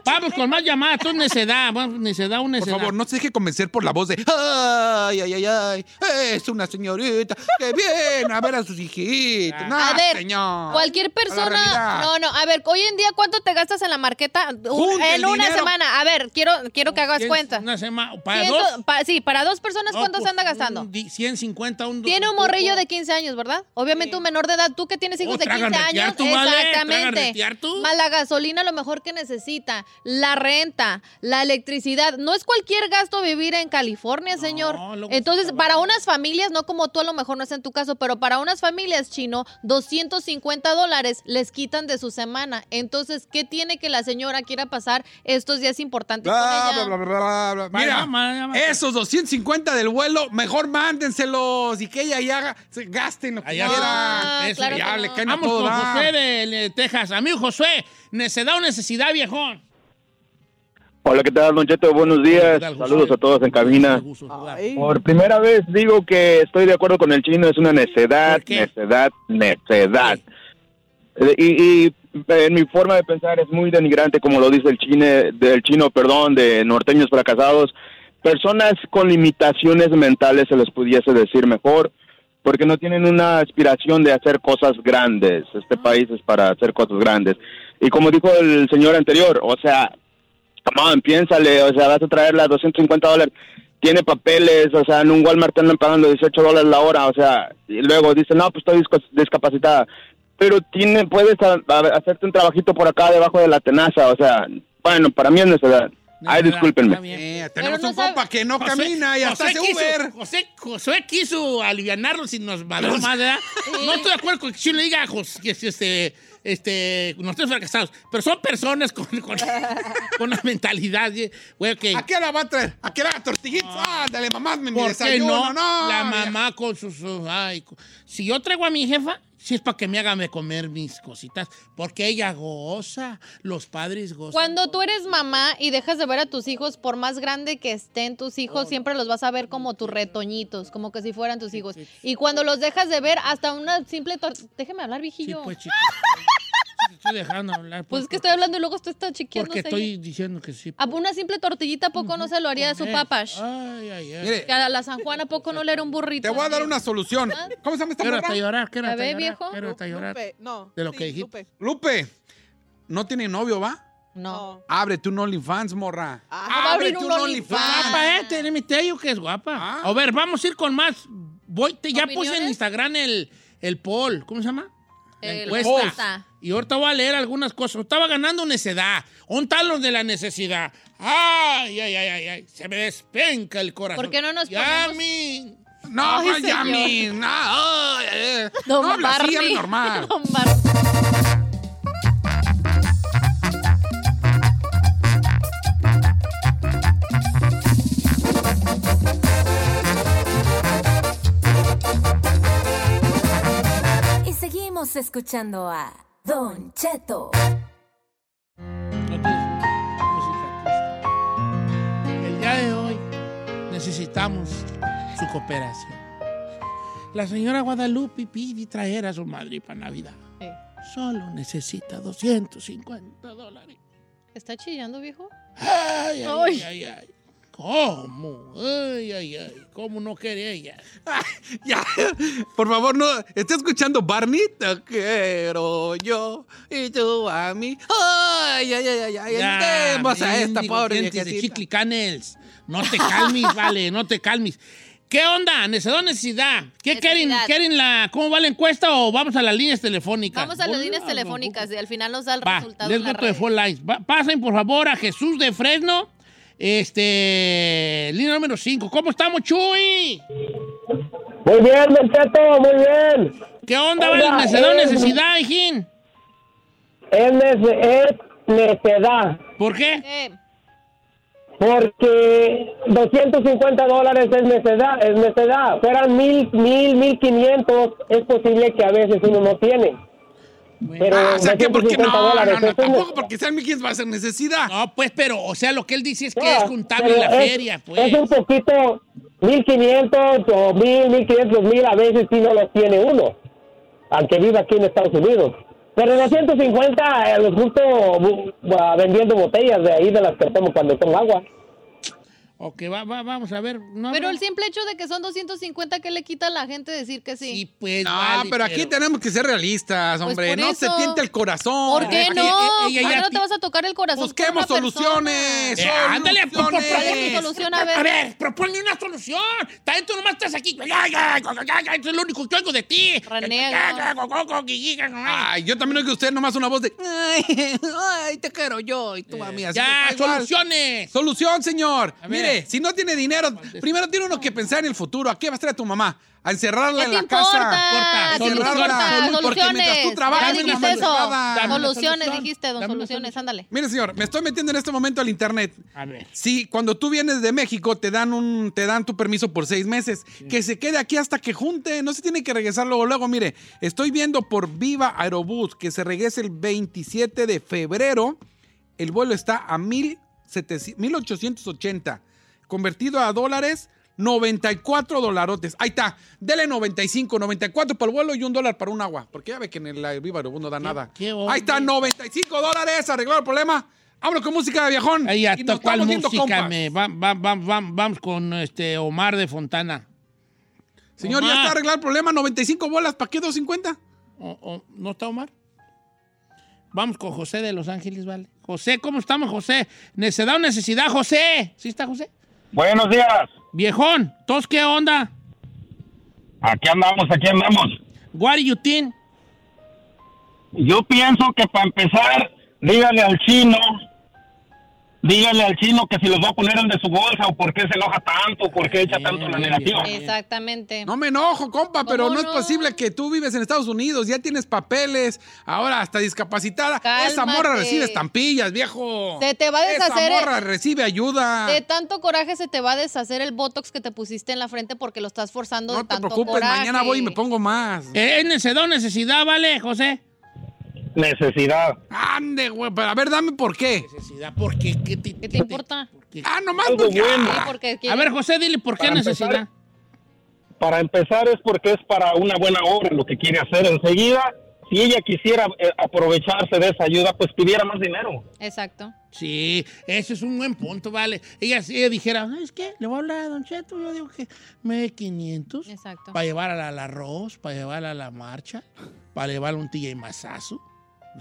A: vamos con más llamadas, tú necedad, vamos, necedad, un
C: Por
A: necedad.
C: favor, no se deje convencer por la voz de ay, ay, ay, ay, es una señorita que viene a ver a sus hijitos. No,
A: Ah,
B: A ver,
C: señor.
B: Cualquier persona.
C: realidad.
B: No, no, a ver, hoy en día, ¿cuánto te gastas en la marqueta? Un-
C: Junta el
B: en una
C: dinero.
B: semana. A ver, quiero, quiero que hagas
A: ¿Quién-
B: cuenta.
A: Una semana, ¿para
B: Ciento-
A: dos?
B: pa- sí, para dos personas,
A: No,
B: ¿cuánto
A: pues,
B: se anda gastando?
A: un di- 150, un...
B: Tiene un morrillo de 15 años, ¿verdad? Obviamente un menor de edad. Tú que tienes hijos
A: Oh,
B: de 15
A: tragarretear
B: años.
A: tú, vale,
B: exactamente.
A: tragarretear tú.
B: Más la gasolina, lo mejor que necesita. La renta, la electricidad. No es cualquier gasto vivir en California, señor.
A: luego se
B: Entonces, para unas familias, no como tú a lo mejor no es en tu caso, pero para unas familias chino, 250 dólares les quitan de su semana. Entonces, ¿qué tiene que la señora quiera pasar estos días importantes con
C: Bla,
B: ella?
C: bla, bla, bla, bla, bla.
A: Vaya, vaya,
C: Mira,
A: vaya.
C: esos 250 del vuelo, mejor mándenselos y que ella ya haga- se gasten lo que
A: Allá
C: quiera.
B: Ah,
A: Eso,
B: claro
C: ya
B: que
C: le
B: no.
C: caen a
A: Vamos
C: todo
A: con
C: dar.
A: Josué de, de Texas. Amigo Josué, necedad o necesidad, viejón.
J: Hola, ¿qué tal, Don Cheto? Buenos días. Saludos a todos en cabina. Por primera vez digo que estoy de acuerdo con el chino, es una necedad, necedad, necedad. Eh, Y, y, eh, en mi forma de pensar es muy denigrante, como lo dice el chine, del chino, perdón, de norteños fracasados. Personas con limitaciones mentales se les pudiese decir mejor, porque no tienen una aspiración de hacer cosas grandes. Este país es para hacer cosas grandes. Y como dijo el señor anterior, o sea, come on, piénsale, o sea, vas a traerla a 250 dólares. Tiene papeles, o sea, en un Walmart te andan pagando 18 dólares la hora, o sea, y luego dice, no, pues estoy disco- discapacitada. Pero tiene, puedes a- a- hacerte un trabajito por acá debajo de la tenaza, o sea, bueno, para mí es necesidad. Ay, discúlpenme.
C: Eh, tenemos
B: Pero no
C: un
B: sabe-
C: compa que no camina y hasta hace
A: quiso,
C: Uber.
A: José, Josué quiso aliviarnos y nos madró más, ¿verdad? No estoy de acuerdo con que si le diga a Jos- que si este, este, nosotros fracasados, pero son personas con, con, con una mentalidad. ¿sí? Güey, ok.
C: ¿A qué hora va a traer? ¿A qué hora tortillitas? Ándale, mamá, me mi
A: ¿Por qué no?
C: desayuno. No,
A: La mamá con sus... sus- ay, co- si yo traigo a mi jefa, si es para que me haga me comer mis cositas, porque ella goza, los padres
C: Pues
A: gozan.
B: Cuando tú eres mamá y dejas de ver a tus hijos, por más grande que estén tus hijos, siempre los vas a ver como tus retoñitos, como que si fueran tus hijos. Y cuando los dejas de ver, hasta una simple... tor- Déjeme hablar,
A: Sí,
B: viejillo.
A: pues, chiquito. Te estoy dejando hablar.
B: Pues es que estoy hablando y luego usted está chiqueando.
A: porque estoy diciendo que sí.
B: A una simple tortillita, ¿a poco no se lo haría a su
A: Ujú.
B: papash?
C: Mire.
B: Que a la San Juan, ¿a poco no le era un burrito?
C: Te voy a dar una solución.
B: ¿Ah?
C: ¿Cómo se llama esta
A: Quiero
C: morra?
A: hasta llorar, quiero
B: A
A: hasta
B: ver,
A: llorar,
B: viejo.
A: quiero hasta llorar.
H: Lupe, no.
C: De lo que
H: sí,
C: dijiste.
H: Lupe.
C: Lupe, ¿no tiene novio, va?
B: No.
C: Ábrete un OnlyFans, morra.
B: Ah,
H: Ah,
A: va a abrir
C: Ábrete
A: un
C: un OnlyFans.
A: Guapa, eh, teneme tello que es guapa.
H: Ah.
A: A ver, vamos a ir con más. Voy, te- ya puse en
B: ¿Opiniones?
A: Instagram el, el poll. ¿Cómo se llama? La
B: El
C: Pues,
A: encuesta.
B: post.
A: Y ahorita voy a leer algunas cosas. Estaba ganando necedad. Un talón de la necesidad. Ay, ay, ay, ay, ay. Se me despenca el corazón.
B: ¿Por qué no nos ponemos-
A: Yami.
C: No,
A: Ay, señor.
C: Miami. No, ay, ay.
B: Don
C: no pues, habla así,
B: Barney.
C: habla normal.
B: Don Barney.
F: Y seguimos escuchando a Don Cheto.
A: El día de hoy necesitamos su cooperación. La señora Guadalupe pide traer a su madre para Navidad.
B: Eh.
A: Solo necesita 250 dólares.
B: ¿Está chillando, viejo?
A: Ay, ay,
B: Ay.
A: ay, ay. ¿Cómo? Ay, ay, ay. ¿Cómo no quiere ella?
C: Ya, por favor, no. ¿Está escuchando Barney? Te quiero yo y tú a mí. Ay, ay, ay, ay, ay. Entremos a esta
A: mendigo,
C: pobre
A: dientes de
C: viejecita.
A: chicle canels. No te calmes, vale, no te calmes. ¿Qué onda? ¿Necesidad necesidad? ¿Qué quieren?
E: Necesidad.
A: ¿Quieren la, cómo va la encuesta o vamos a las líneas telefónicas?
E: Vamos a las líneas
A: Volando.
E: telefónicas y al final nos da el
A: Va,
E: resultado.
A: let's
E: en la
A: go to the
E: red.
A: phone lines. Va, pasen, por favor, a Jesús de Fresno. Este, línea número 5. ¿Cómo estamos, Chuy?
K: Muy bien, Don Cheto, muy bien.
A: ¿Qué onda, vale?
K: Hola,
A: ¿Necesidad
K: eh,
A: necesidad, hijín?
K: Es, nece- es necedad,
A: ¿Por qué?
B: Eh,
K: porque 250 dólares es necedad, es necedad. Fueran mil, mil, mil quinientos, es posible que a veces uno no tiene. Pero
C: Ah, o sea que porque
K: 250
C: no, no,
K: dólares
G: ¿eh,
C: no,
K: es un-
C: tampoco porque sean mis va a ser necesidad.
A: No, pues, pero, o sea, lo que él dice es que
K: No,
A: es juntable la
K: Ah, pero es-
A: feria, pues.
K: Es un poquito, 1500 o 1000, 1500, 1000 a veces sí no los tiene uno, aunque viva aquí en Estados Unidos. Pero 250 eh, los justo bu- bu- vendiendo botellas de ahí de las que tomo cuando tomo agua.
A: Ok, va, va- vamos a ver. No,
B: pero
A: no.
B: el simple hecho de que son 250, ¿qué le quita a la gente decir que sí?
A: Sí, pues.
C: No,
A: vale,
C: pero aquí tenemos que ser realistas,
B: Pues
C: hombre.
B: por
C: no se
B: eso.
C: tienta el corazón.
B: ¿Por qué
C: eh,
B: no?
A: ella
B: ¿Por qué
A: ya
B: no te vas a tocar el corazón? por
C: Busquemos
B: una persona?
C: soluciones.
A: Eh, ándale, pues,
C: soluciones.
A: pues,
B: ¿Cuál es tu solución? A ver.
A: A ver, proponle una solución. También tú nomás estás aquí. Ay, ay, ay, ay, ay, ay, Es lo único que oigo de ti.
B: Renega.
A: Ay, ay, ay, ay, ay, ay, ay, ay.
C: Ay, yo también oigo que usted nomás una voz de. Ay, ay, te quiero yo y tú a mí. así
A: Ya,
C: que da igual.
A: soluciones.
C: Solución, señor.
A: A ver.
C: Mire, si no tiene dinero, primero tiene uno que pensar en el futuro. ¿A qué vas a traer a tu mamá? A encerrarla
B: ¿Qué
C: en
B: te
C: la casa.
B: importa?
A: Corta,
B: ¿Qué te
A: soluciona,
B: importa?
A: solu-
C: porque mientras tú
B: Soluciones.
C: trabajas,
B: Ya
A: dame una
B: dijiste eso.
C: madrugada. Dame una
B: Soluciones,
A: solución.
B: dijiste, don.
A: Dame una
B: Soluciones, ándale.
C: Mire, señor, me estoy metiendo en este momento al internet.
A: A ver.
C: Si cuando tú vienes de México te dan un, te dan tu permiso por seis meses, que se quede aquí hasta que junte, no se tiene que regresar luego. Luego, mire, estoy viendo por Viva Aerobús que se regrese el 27 de febrero. El vuelo está a 1700 1880, convertido a dólares. 94 dolarotes. Ahí está. Dele 95, 94 para el vuelo y un dólar para un agua. Porque ya ve que en el eh, Viva Aerobús no da nada.
A: qué
C: Ahí está,
A: hombre.
C: 95 dólares. Arreglado el problema. Vámonos con música de viajón.
A: Ahí
C: Y
A: hasta
C: nos
A: cuál
C: estamos viendo,
A: música
C: compas.
A: me. va- va- va- va- Vamos con este Omar de Fontana.
C: Señor, ya
A: Omar.
C: está arreglado el problema. 95 bolas, ¿para qué 250?
A: O- o- ¿No está Omar? Vamos con José de Los Ángeles, ¿vale? José, ¿cómo estamos, José? ¿Necesidad o necesidad, José? ¿Sí está José?
K: Buenos días,
A: Viejón, ¿tos qué onda?
K: aquí andamos, aquí andamos.
A: What do you think?
K: Yo pienso que para empezar, dígale al chino
L: Dígale al chino que si los va a poner en de su bolsa o por qué se enoja tanto, por qué echa tanto la negativa.
B: Exactamente.
C: No me enojo, compa, pero
B: ¿Cómo
C: no, es
B: no?
C: posible que tú vives en Estados Unidos, ya tienes papeles, ahora hasta discapacitada. Esa morra
B: Cálmate.
C: recibe estampillas, viejo.
B: Se te va a deshacer
C: Esa morra
B: el-
C: recibe ayuda.
B: De tanto coraje se te va a deshacer el botox que te pusiste en la frente porque lo estás forzando de
C: No te
B: tanto
C: preocupes,
B: coraje.
C: mañana voy y me pongo más.
A: Eh, es necesidad, necesidad, ¿vale, José?
L: Necesidad.
C: Ande, güey, pero a ver, dame por qué.
A: Necesidad, ¿por qué? ¿Qué te, qué te-
B: importa?
C: Ah, nomás
L: Algo
C: porque-
L: bueno.
C: Ah.
A: A ver, José, dile por qué
L: Para
A: necesidad.
L: empezar- Para empezar es porque es para una buena obra lo que quiere hacer. Enseguida, si ella quisiera eh, aprovecharse de esa ayuda, pues pidiera más dinero.
B: Exacto.
A: Sí, eso es un buen punto, vale. Ella, si ella dijera, "Ah, es que Le voy a hablar a Don Cheto, yo digo que me dé 500
B: Exacto.
A: para llevar al, al arroz, para llevar a la marcha, para llevar un tía y masazo.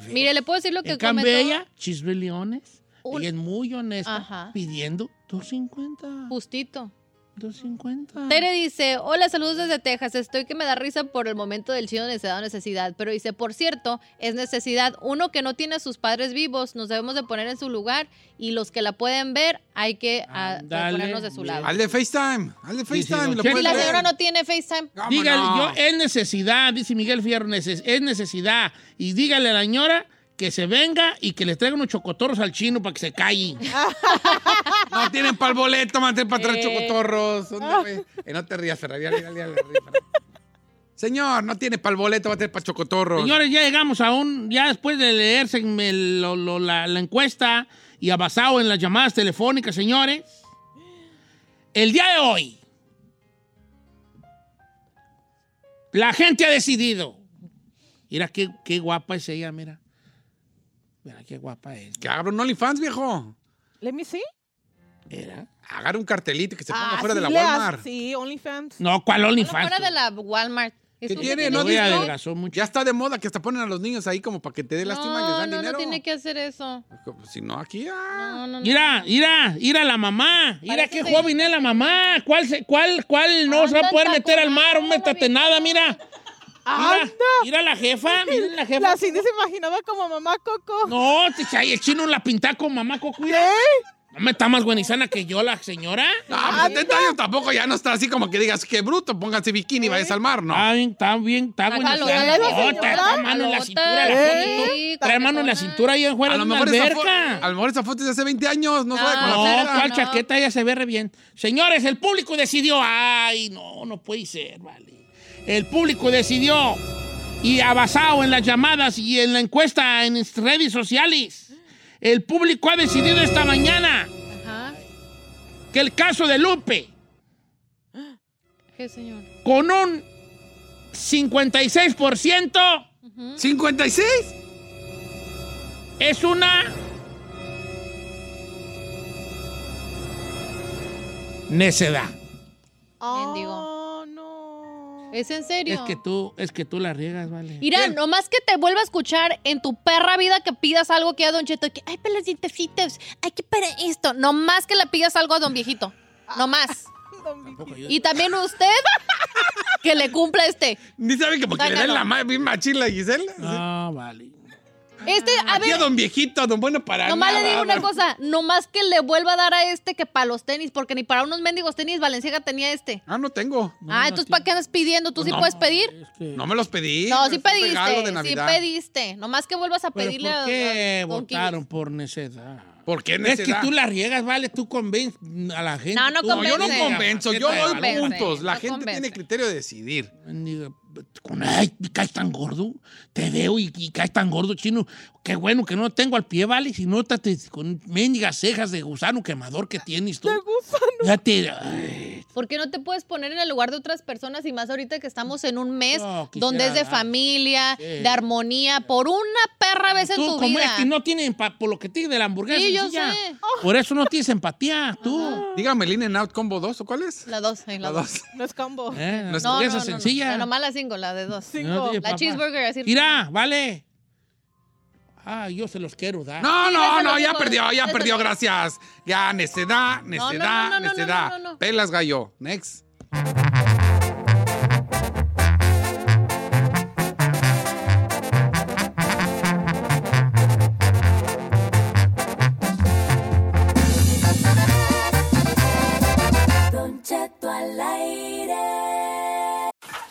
B: Mire, le puedo decir lo que
A: En cambio,
B: comentó?
A: ella, chisme leones,
B: Un-
A: ella es muy honesta,
B: Ajá.
A: pidiendo 250.
B: Justito.
A: 250.
B: Tere dice, hola, saludos desde Texas. Estoy que me da risa por el momento del chino necesidad o necesidad. Pero dice, por cierto, es necesidad. Uno que no tiene a sus padres vivos, nos debemos de poner en su lugar. Y los que la pueden ver, hay que ah, ponernos de su lado.
C: Al de FaceTime, al de FaceTime.
A: sí,
C: lo
B: Si
A: sí.
C: puedes
B: la
C: ver.
B: señora no tiene FaceTime,
A: Dígale,
C: no?
A: yo, eh. es necesidad, dice Miguel Fierro, neces- es necesidad. Y dígale a la señora que se venga y que le traiga unos chocotorros al chino para que se calle.
C: No tienen para el boleto, manten para traer
A: Eh.
C: chocotorros. ¿Dónde, güey? Eh, no te rías, Ferrari. dale, dale, dale, dale, Ferrari. Señor, no tiene para el boleto, va a tener para chocotorros.
A: Señores, ya llegamos a un, ya después de leerse el- lo- lo- la, la encuesta y basado en las llamadas telefónicas, señores, el día de hoy, la gente ha decidido. Mira qué, qué guapa es ella, mira. Mira qué guapa es.
C: Que abra un OnlyFans, viejo.
H: ¿Let me see?
A: Era.
C: Agarra un cartelito que se ponga
H: Ah,
C: fuera de
H: sí
C: la
H: le hace-
C: Walmart.
H: Sí, OnlyFans.
A: No, ¿cuál OnlyFans?
B: fuera de la Walmart. Es
C: ¿Qué
B: un-
C: tiene? ¿No has
A: Ella
C: visto?
A: adelgazó mucho.
C: Ya está de moda que hasta ponen a los niños ahí como para que te dé lástima y les
B: No,
C: dan
B: no, no
C: dinero.
B: tiene que hacer eso.
C: Si no, aquí. ah.
B: No, no, no.
A: Mira, mira, mira la mamá. Mira
B: Parece
A: qué
B: ser-
A: joven es la mamá. ¿Cuál, se- cuál, cuál no se va a
B: Anda
A: poder
B: taconada,
A: meter al mar? No métate nada, mira. Mira, mira la jefa, mira la jefa.
H: La Cindy se imaginaba como mamá Coco.
A: No, chichay, el chino la pinta con mamá Coco. mira. No me está más buenizana que yo, la señora.
C: No, pues,
B: Ah,
C: 70 años tampoco ya no está así como que digas, qué bruto, pónganse bikini y vayas al mar, ¿no?
A: Está bien, está bien, está
B: La
A: buenizana.
B: jalona, la
A: No,
B: señora.
A: está- está mano en la
B: Jalota,
A: cintura, la
B: sí,
H: ¿Eh?
A: joven. Trae mano en la cintura ahí afuera de
C: A lo,
A: una
C: mejor esa fo-
A: alberca.
C: a lo mejor esa foto es de hace 20 años, no, se va
B: Ah,
C: a
A: No,
C: conocer.
A: cuál chaqueta, ella se ve re bien. Señores, el público decidió. Ay, no, no puede ser, vale. El público decidió. Y ha basado en las llamadas y en la encuesta en las redes sociales. El público ha decidido esta mañana
B: Ajá.
A: que el caso de Lupe,
B: ¿Qué señor?
A: con un 56%,
B: Ujú.
C: ¿56?
A: es una necedad.
B: Mendigo. ¿Es en serio?
A: Es que tú, es que tú la riegas, vale.
B: Mira, nomás que te vuelva a escuchar en tu perra vida que pidas algo que a Don Cheto, que ay, para los dientecitos, ay, que para esto. Nomás que le pidas algo a Don Viejito. Nomás. Y también usted que le cumpla este.
C: Ni saben que porque le den
B: Sácalo.
C: la ma- bien machila a Gisela.
A: Ah, vale.
B: Este, a
C: Aquí a
B: ver,
C: don viejito, a don bueno para
B: nomás le
C: nada,
B: digo una
C: don-
B: cosa, nomás que le vuelva a dar a este que para los tenis, porque ni para unos mendigos tenis Valenciaga tenía este.
C: Ah, no tengo.
B: ah, entonces, ¿para qué andas pidiendo? ¿Tú sí
C: no,
B: puedes pedir?
C: No me los pedí.
B: No,
C: es
B: sí
C: un regalo de
B: pediste, sí
C: Navidad.
B: pediste. Nomás que vuelvas a
A: ¿Pero
B: pedirle
A: ¿Por
B: a-
A: qué
B: a Don Quijote.
A: votaron por necedad?
C: ¿Por qué
A: Es que
C: necedad?
A: tú la riegas, vale, tú convences a la gente.
B: No, no
A: tú-
C: No, yo no
B: convence.
C: convenzo,
A: ¿Qué
C: yo
A: te
C: doy
A: vale?
C: puntos. La
B: no
C: gente tiene
B: convence.
C: criterio de decidir.
A: Mendiga, Con, ay, caes tan gordo. Te veo y, y caes tan gordo, chino. Qué bueno que no lo tengo al pie, vale. Si no, tate con mendigas cejas de gusano quemador que tienes tú. De
H: gusano.
A: Ya te. ay,
B: ¿Por qué no te puedes poner en el lugar de otras personas y más ahorita que estamos en un mes
A: No, quisiera
B: donde es de
A: dar.
B: familia,
A: Sí.
B: de armonía, por una perra vez en
A: tú,
B: tu
A: como es
B: vida?
A: que no tienen pa- por lo que tienes de la hamburguesa.
B: sí, yo
A: sencilla.
B: sé.
A: Por eso no tienes empatía, tú.
C: Dígame, ¿el In and Out Combo 2 o cuál es?
B: La dos, eh, la,
C: La
B: dos.
C: 2.
H: No es combo.
A: Eh, no,
B: No, no, no, no.
A: sencilla.
B: La nomás la cinco, la de dos.
A: No, no tiene
B: La
A: papas.
B: cheeseburger, así.
A: Mira, vale. Ah, yo se los quiero dar.
C: No,
B: Sí,
C: no,
B: déjalo,
C: no, ya
B: déjalo,
C: perdió, ya
B: déjalo.
C: perdió, gracias. Ya,
B: No,
C: necedad,
B: no,
C: necedad,
B: no, no, no,
C: necedad.
B: no, no, no.
C: Pelas, gallo. Next.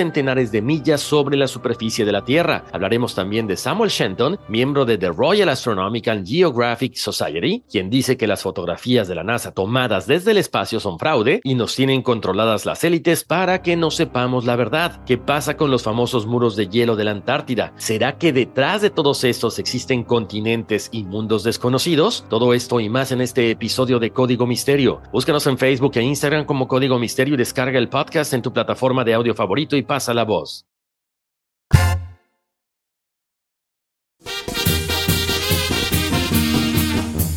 M: centenares de millas sobre la superficie de la Tierra. Hablaremos también de Samuel Shenton, miembro de The Royal Astronomical Geographic Society, quien dice que las fotografías de la NASA tomadas desde el espacio son fraude y nos tienen controladas las élites para que no sepamos la verdad. ¿Qué pasa con los famosos muros de hielo de la Antártida? ¿Será que detrás de todos estos existen continentes y mundos desconocidos. Todo esto y más en este episodio de Código Misterio. Búscanos en Facebook e Instagram como Código Misterio y descarga el podcast en tu plataforma de audio favorito y pasa la voz.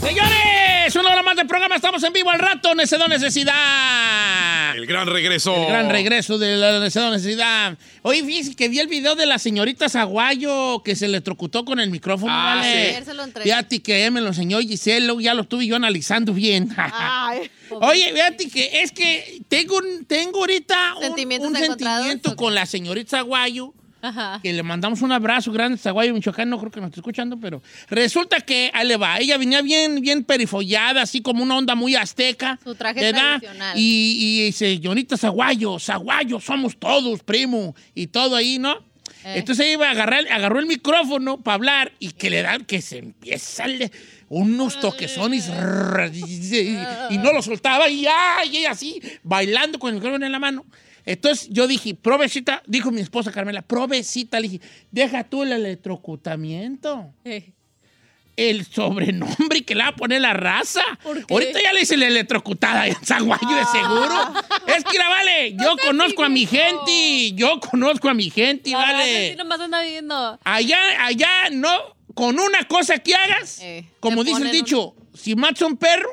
A: Señores, una hora más de programa, estamos en vivo al rato, Necedó Necesidad.
C: El gran regreso.
A: El gran regreso de la Necedó Necesidad. Hoy fíjense que vi el video de la señorita Zaguayo que se electrocutó con el micrófono.
E: Ah,
A: ¿vale?
E: sí. Ayer se lo entregué.
A: Fíjate que ya me lo enseñó Giselle, luego ya lo estuve yo analizando bien.
E: Ay,
A: Oye, fíjate que es que tengo, un- tengo ahorita un,
E: Sentimientos
A: un
E: encontrados,
A: sentimiento con la señorita Zaguayo. Que le mandamos un abrazo grande a Zaguayo, Michoacán, no creo que nos esté escuchando, pero resulta que ahí le va, ella venía bien, bien perifollada, así como una onda muy azteca.
E: Su traje
A: ¿verdad?
E: tradicional.
A: Y, y dice, señorita Zaguayo, Zaguayo, somos todos, primo, y todo ahí, ¿no?
E: Eh.
A: Entonces ella iba a agarrar, agarró el micrófono para hablar y que le dan, que se empieza a le- unos toquezones rrr, y, y no lo soltaba y ay, ella así, bailando con el micrófono en la mano. Entonces yo dije, provecita, dijo mi esposa Carmela, provecita, le dije, deja tú el electrocutamiento el sobrenombre que le va a poner la raza. Ahorita ya le hice la electrocutada en Zaguayo de seguro.
C: Ah.
A: Es que la vale, yo conozco a mi gente, yo conozco a mi gente,
E: No,
B: Ah,
A: vale.
E: así nomás anda viendo.
A: Allá, allá, no, con una cosa que hagas,
E: Eh,
A: como
E: te
A: dice el
E: ponen
A: dicho, si matas a un perro,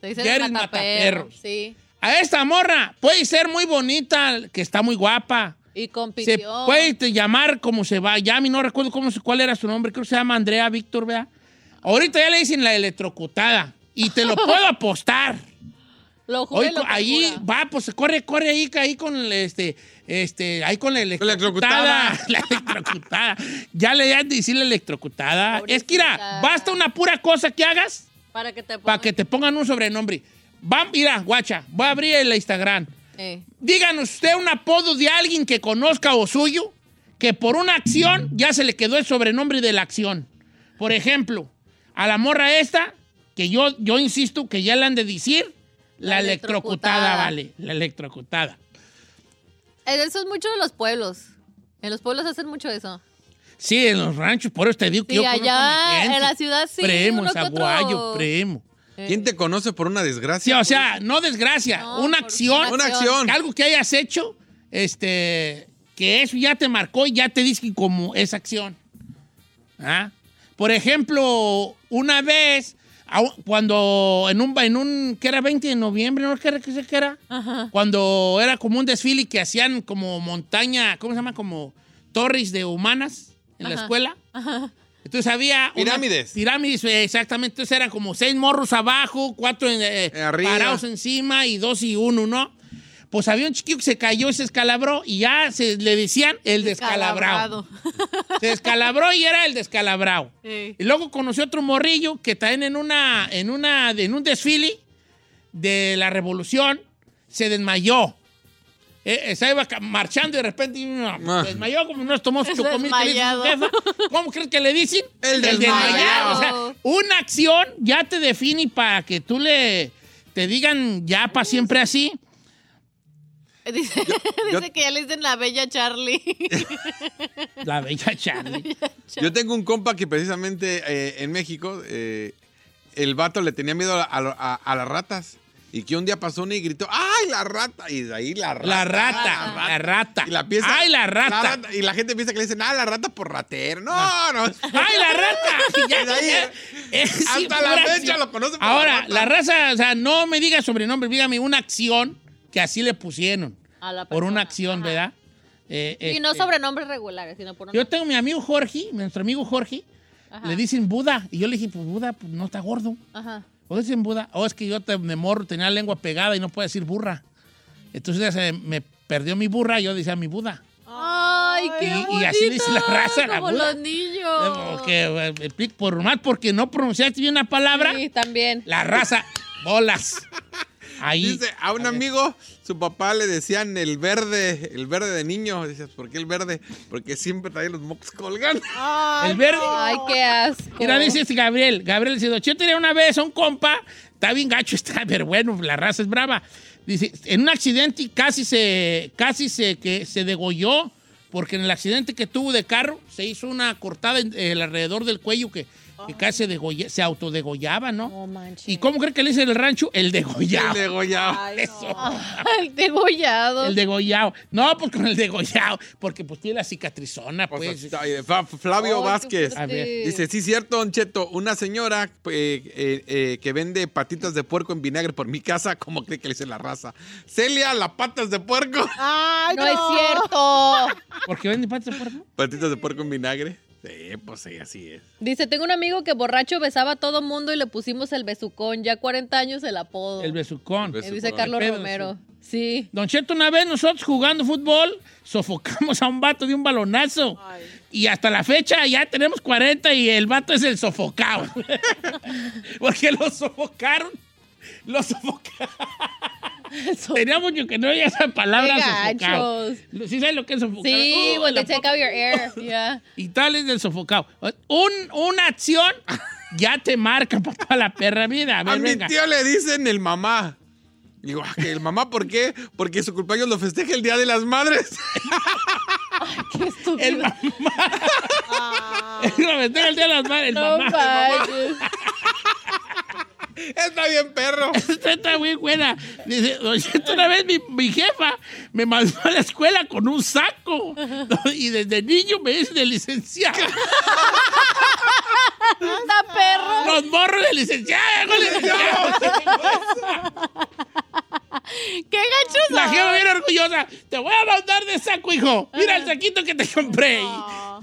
E: Te dicen
A: ya eres
E: mataperro,
A: mataperros.
E: Sí.
A: a esta morra puede ser muy bonita, que está muy guapa.
E: Y
A: Se
E: compitió.
A: puede te llamar como se va, llame, no recuerdo cómo, se- cuál era su nombre, creo que se llama Andrea Víctor, vea. Ahorita ya le dicen la electrocutada y te lo puedo apostar.
E: Lo juro.
A: Hoy
E: y lo
A: co- ahí va, pues corre, corre ahí, ahí con el, este, este, ahí con la electrocutada. La electrocutada. ya le dan de decir la electrocutada. Es que mira, basta una pura cosa que hagas
E: Para que te ponga.
A: para que te pongan un sobrenombre. Va, mira, guacha, voy a abrir el Instagram.
E: Eh.
A: Díganos usted un apodo de alguien que conozca o suyo, que por una acción ya se le quedó el sobrenombre de la acción. Por ejemplo, a la morra esta, que yo, yo insisto que ya le han de decir, la, electrocutada,
E: electrocutada.
A: vale, la electrocutada.
E: Eh, Eso es mucho de los pueblos. En los pueblos hacen mucho eso.
A: Sí, en los ranchos, por eso te digo
E: Sí,
A: que yo conozco a mi
E: allá
A: gente.
E: en la ciudad sí.
A: Primo,
E: uno que
A: Zaguayo,
E: otro. Pues,
A: primo.
E: Eh.
C: ¿Quién te conoce por una
A: Sí,
C: desgracia?
A: o sea, no desgracia, una acción.
C: una acción.
A: Algo que hayas hecho, este, que eso ya te marcó y ya te dice como esa acción. ¿Ah? Por ejemplo, una vez, au- cuando en un, en un, que era 20 de noviembre, no sé qué que era,
E: Ajá.
A: cuando era como un desfile que hacían como montaña, ¿cómo se llama? Como torres de humanas en la
E: Ajá.
A: escuela.
E: Ajá.
A: Entonces había... una-
C: Pirámides.
A: pirámides, eh, exactamente. Entonces eran como seis morros abajo, cuatro en, eh,
C: Arriba.
A: parados encima y dos y uno, ¿no? Pues había un chiquillo que se cayó y se escalabró y ya se le decían el descalabrado.
E: Calabrado.
A: Se descalabró y era el descalabrado.
E: Eh.
A: Y luego conoció otro morrillo que también en una, en una, en un desfile de la revolución se desmayó. Eh, eh, se iba ca- marchando y de repente y, no,
C: Ah.
A: se desmayó como nos tomó
E: Es
A: su comida que le hizo su
E: desmayado.
A: jefa. ¿Cómo crees que le dicen?
C: El desmayado.
A: O sea, una acción ya te define para que tú le te digan ya para siempre así.
E: Dice,
C: yo-
E: dice que ya le dicen la bella Charlie.
A: La bella Charlie.
C: Yo tengo un compa que precisamente eh, en México, eh, el vato le tenía miedo a, a- a- a las ratas. y que un día pasó una y gritó, ¡ay, la rata! Y de ahí la rata.
A: La rata, la rata.
C: Y la pieza,
A: ¡Ay, la rata!
C: Y la gente piensa que le dicen, ¡ah, la rata por ratero! ¡No, no!
A: ¡Ay, la rata! Eh, Y ya,
C: Y de ahí,
A: Es
C: hasta la
A: impura-
C: fecha lo conocen por
A: Ahora,
C: rata.
A: la raza, o sea, no me diga sobrenombre, dígame una acción que así le pusieron.
B: A la
A: Por
B: persona.
A: una acción, ¿verdad? Eh,
B: Y no
A: este,
B: sobrenombres regulares, sino por un
A: Yo tengo mi amigo Jorge, nuestro amigo Jorge,
B: Ajá.
A: le dicen Buda. Y yo le dije, pues Buda pues, no está gordo.
B: Ajá.
A: O dicen Buda, o es que yo te, de morro tenía la lengua pegada y no puedo decir burra. Entonces ya se me perdió mi burra y yo decía mi Buda.
B: Ay, qué
A: Y- y así dice la
B: bonito,
A: raza, la
B: Como
A: Buda.
B: los niños.
A: Que, eh, explico, por más porque no pronunciaste bien la palabra,
B: Sí, también.
A: la raza, bolas. Ahí.
C: Dice, a un amigo, su papá le decían el verde, el verde de niño. Dices, ¿por qué el verde? Porque siempre trae los mocos colgando.
A: El verde.
B: Ay, qué asco.
A: Mira, dice este Gabriel. Gabriel dice, yo tenía una vez a un compa, está bien gacho, está, pero bueno, la raza es brava. Dice, en un accidente casi se, casi se, que se degolló, porque en el accidente que tuvo de carro, se hizo una cortada en, el alrededor del cuello que, que casi se, degolle- se autodegollaba, ¿no? ¿Y cómo cree que le dice en el rancho? El degollado.
C: El degollado.
A: Eso.
B: El degollado.
A: El degollado. No, pues con el degollado, porque pues tiene la cicatrizona,
C: O sea,
A: pues.
C: está- eh, Fa- Flavio
A: Ay, qué
C: Vázquez
A: fuerte. A ver.
C: dice, sí, cierto, Don Cheto, una señora eh, eh, eh, que vende patitas de puerco en vinagre por mi casa, ¿cómo cree que le dice la raza? Celia, las patas de puerco.
A: Ah.
H: Ay,
B: No es cierto.
A: Porque vende patas de puerco.
C: Patitas de puerco en vinagre. Sí, pues sí, así es.
B: Dice, tengo un amigo que borracho besaba a todo mundo y le pusimos el besucón. Ya 40 años el apodo.
A: El besucón.
B: Eh, dice Carlos
A: Pedro,
B: Romero. Sí.
A: Don Cheto, una vez nosotros jugando fútbol, sofocamos a un vato de un balonazo. Y hasta la fecha ya tenemos 40 y el vato es el sofocado. Porque lo sofocaron. Lo sofocaron. Teníamos yo que no oía esa palabra
B: Qué
A: sofocado.
B: gachos.
A: ¿Sí sabes lo que es sofocado?
B: Sí,
A: Oh,
B: when
A: la
B: they take out your air. Yeah.
A: y tal es del sofocado. Un, una acción ya te marca para toda la perra vida. A
C: A,
A: ver,
C: mi
A: venga.
C: tío le dicen el mamá. Digo, "Ah, que ¿el mamá por qué? Porque su cumpleaños lo festeja el Día de las Madres.
A: El mamá. Lo festeja el día de las madres, el
B: No
A: mamá.
B: manches.
C: Está bien, perro.
A: Esta Pues, está muy buena. Dice, "Don Cheto, una vez mi, mi jefa me mandó a la escuela con un saco. Y desde niño me hice de licenciado.
B: Anda, perro.
A: Los morros de licenciado. con licenciado.
B: Qué gachos.
A: La
B: son.
A: jefa bien orgullosa. Te voy a mandar de saco, hijo. Mira el saquito que te compré. Y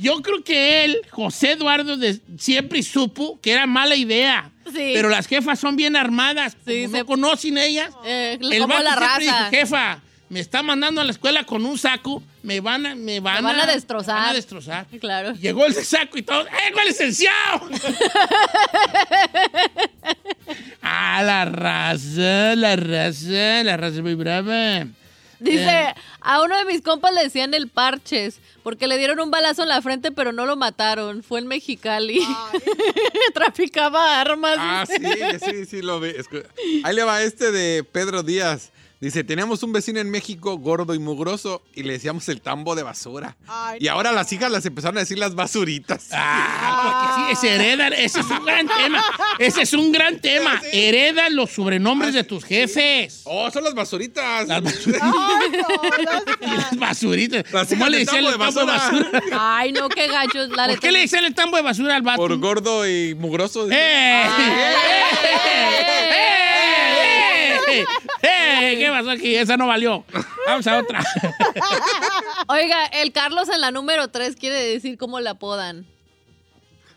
A: Yo creo que él, José Eduardo, de- siempre supo que era mala idea.
B: Sí.
A: Pero las jefas son bien armadas.
B: Sí,
A: Como
B: se-
A: no conocen ellas.
B: Eh,
A: El
B: como
A: vato
B: la
A: siempre dijo,
B: raza.
A: jefa, me está mandando a la escuela con un saco, me van a, me van
B: Me van a
A: me van a
B: destrozar.
A: destrozar.
B: Claro.
A: Llegó el saco y todo, ¡eh, güey, licenciado! ah, la raza, la raza, la raza es muy brava.
B: Dice, a uno de mis compas le decían el parches, porque le dieron un balazo en la frente, pero no lo mataron. Fue en Mexicali. Traficaba armas.
C: Ah, sí, sí, sí, lo ve. Escu- Ahí le va este de Pedro Díaz. Dice, teníamos un vecino en México gordo y mugroso y le decíamos el tambo de basura.
H: Ay,
C: Y ahora las hijas las empezaron a decir las basuritas.
A: Ah, porque sí, se heredan, ese es un gran tema, ese es un gran tema, heredan los
C: Ah,
A: sobrenombres de tus jefes.
C: Oh, son las basuritas.
A: Las basuritas. Las basuritas.
C: Las
A: ¿Cómo
C: hijas
A: le
C: del
A: decían
C: tambo
A: el
C: de
A: tambo de
C: basura?
A: basura?
B: Ay, no, qué gachos. La
A: ¿Por
B: neta,
A: qué le dicen el tambo de basura al vato?
C: Por gordo y mugroso.
A: ¡Eh! ¡Eh! ¡Eh! ¡Eh! ¿Qué pasó aquí? Esa no valió. Vamos a otra.
B: Oiga, el Carlos en la número 3 quiere decir cómo le apodan.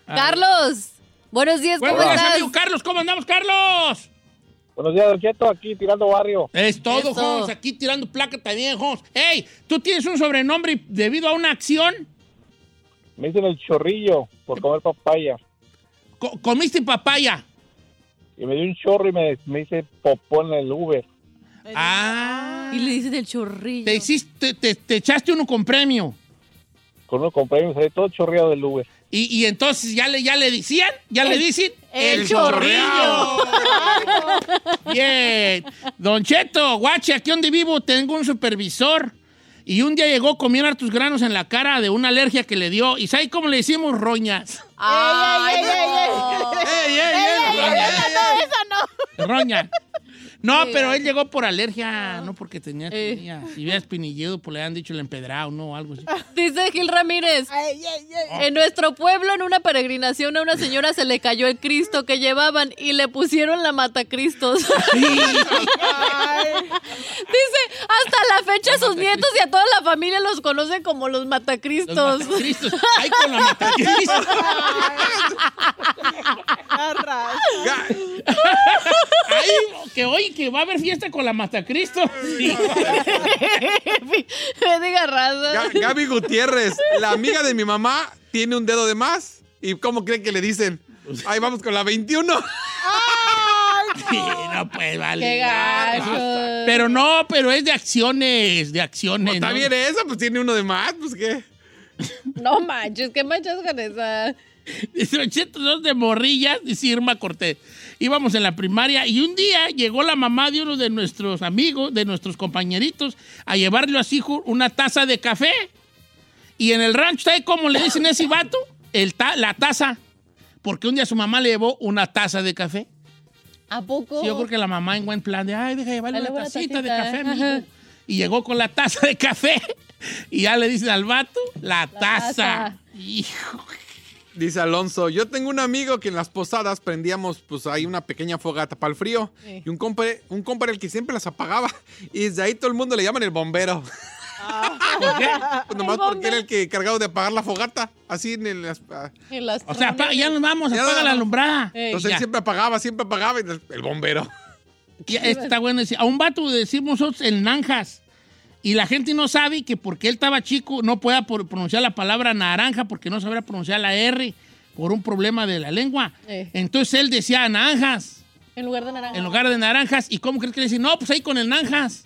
B: Carlos, buenos días, ¿cómo
A: Buenos días,
B: estás?
A: Ah. amigo Carlos. ¿Cómo andamos, Carlos?
L: Buenos días, Don Cheto, aquí tirando barrio.
A: Es todo,
B: Eso.
A: Jones. Aquí tirando placa también, Jones. ¡Ey! ¿Tú tienes un sobrenombre debido a una acción?
L: Me dicen el chorrillo por comer papaya.
A: Co- ¿Comiste papaya?
L: Y me dio un chorro y me, me dice popó en el Uber.
A: Ah.
B: Y le dicen el chorrillo.
A: Te, hiciste, te, te echaste uno con premio.
L: Con unos compañeros ahí, todo chorreado del Uber.
A: Y, y entonces ya le, ya le decían, ya le
B: El-
A: dicen.
B: el
A: Bien. Don Cheto, guache, aquí donde vivo tengo un supervisor. Y un día llegó, comió hartos granos en la cara de una alergia que le dio. ¿Y sabe cómo le decimos roñas?
B: Ay,
H: ey, ey, ey,
B: no.
C: ¡Ey, ey, ey!
H: ey, ey, ey, esa no, esa no.
A: Roña. No,
C: Sí. Eh.
A: pero él llegó por alergia, no porque tenía espinilla. Si hubiera espinilledo, pues le han dicho el empedrado, ¿no? O algo así.
C: Ah,
B: Dice Gil Ramírez.
A: Oh.
B: En nuestro pueblo, en una peregrinación, a una señora se le cayó el Cristo que llevaban y le pusieron la matacristos. Dice, hasta la fecha sus nietos y a toda la familia los conocen como los matacristos.
A: Los matacristos. Ay, con la matacristos. Ay, que hoy que va a haber fiesta con la Matacristo.
B: Me diga raza.
C: Ga- Gaby Gutiérrez, la amiga de mi mamá, tiene un dedo de más. ¿Y cómo cree que le dicen? Ahí vamos con la 21.
A: no, pues vale.
C: Qué gacho.
A: Pero no, pero es de acciones, de acciones.
C: Está
A: ¿no?
C: bien esa, pues tiene uno de más, pues qué.
B: No manches, qué manchas con esa.
A: Dice 82 de morrillas, dice Irma Cortés. Íbamos en la primaria y un día llegó la mamá de uno de nuestros amigos, de nuestros compañeritos, a llevarle a su hijo una taza de café. Y en el rancho, ¿sabe cómo le dicen a ese vato? El ta- la taza. Porque un día su mamá le llevó una taza de café.
B: ¿A poco?
A: Sí, yo creo que la mamá en buen plan de, ay, deja llevarle
B: Oh. Dale
A: una
B: una
A: tacita de
B: tacita,
A: café,
B: ajá.
A: amigo". Y llegó con la taza de café. Y ya le dicen al vato, la, taza. Hijo.
C: Dice Alonso, yo tengo un amigo que en las posadas prendíamos, pues hay una pequeña fogata para el frío.
A: Sí.
C: Y un compa, un compa era el que siempre las apagaba. Y desde ahí todo el mundo le llaman el bombero. ¿Por qué? Pues nomás porque era el que encargado de apagar la fogata. Así en el...
A: O sea, pa- ya nos vamos, apaga la alumbrada.
C: Entonces él
A: Ya.
C: siempre apagaba, siempre apagaba. y el bombero.
A: Y este está bueno. dice, A un vato le decimos nosotros el Nanjas. Y la gente no sabe que porque él estaba chico no pueda por- pronunciar la palabra naranja porque no sabría pronunciar la R por un problema de la lengua.
B: Eh.
A: Entonces él decía naranjas
B: En lugar de naranja.
A: en lugar de naranjas. ¿Y cómo crees que le dicen? No, pues ahí con el naranjas.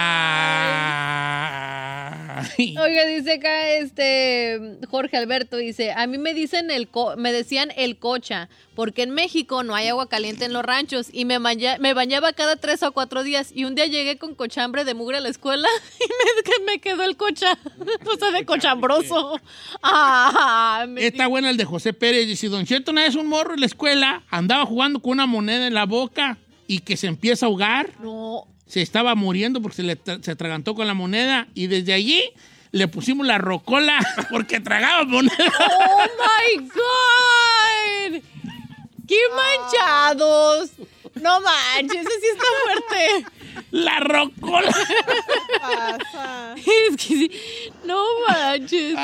A: Ah. Ay.
B: Oiga, dice acá este Jorge Alberto, dice, a mí me dicen el co- me decían el cocha, porque en México no hay agua caliente en los ranchos y me, baña- me bañaba cada tres o cuatro días y un día llegué con cochambre de mugre a la escuela y me, que me quedó el cocha, o sea, de cochambroso. Ah, me
A: Está buena el de José Pérez. Dice, Don Cheto, una vez un morro en la escuela andaba jugando con una moneda en la boca y que se empieza a ahogar.
B: No.
A: Se estaba muriendo porque se, le tra- se atragantó con la moneda y desde allí le pusimos la rocola porque tragaba moneda.
B: ¡Oh, my God! ¡Qué manchados! No manches, ese sí está fuerte.
A: ¡La rocola!
B: es que sí. No manches.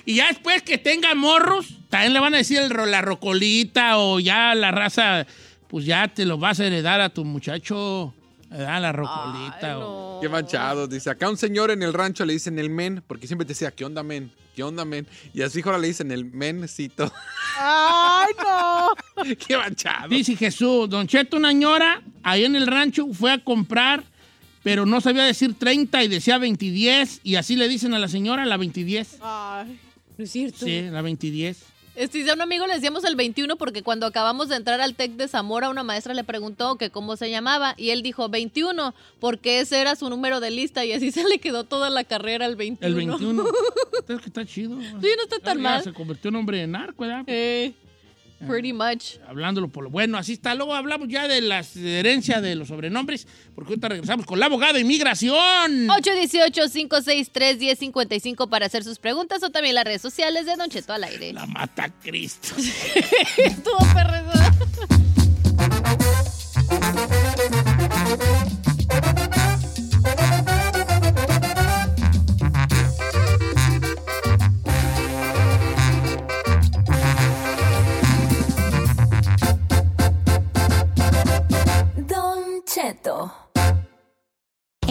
A: y ya después que tenga morros, también le van a decir el ro- la rocolita o ya la raza, pues ya te lo vas a heredar a tu muchacho. ¿verdad? La rocolita. o-
C: Qué manchado. Dice, acá un señor en el rancho le dicen el men, porque siempre te decía, ¿qué onda, men? ¿Qué onda, men? Y así ahora le dicen el mencito.
A: ¡Ay, no!
C: ¡Qué manchado!
A: Dice Jesús, Don Cheto, una ñora, ahí en el rancho, fue a comprar, pero no sabía decir 30 y decía 20 y 10, y así le dicen a la señora la 20 y 10.
B: Ah, Ay, no es cierto.
A: Sí, la 20 y 10.
B: Este, dice a un amigo le decíamos el 21 porque cuando acabamos de entrar al TEC de Zamora, una maestra le preguntó que cómo se llamaba y él dijo 21 porque ese era su número de lista y así se le quedó toda la carrera el 21.
A: El 21. Entonces, que está chido.
B: Sí, no está tan
A: Ya
B: mal.
A: Se convirtió en hombre de narco, ¿verdad?
B: Eh, Pretty much.
A: Hablándolo por lo bueno, así está. Luego hablamos ya de las herencias de los sobrenombres, porque ahorita regresamos con la abogada de inmigración.
B: 818-563-1055 para hacer sus preguntas o también las redes sociales de Don Cheto al aire.
A: Mata Cristo.
B: Estuvo perreza.
F: Don Cheto.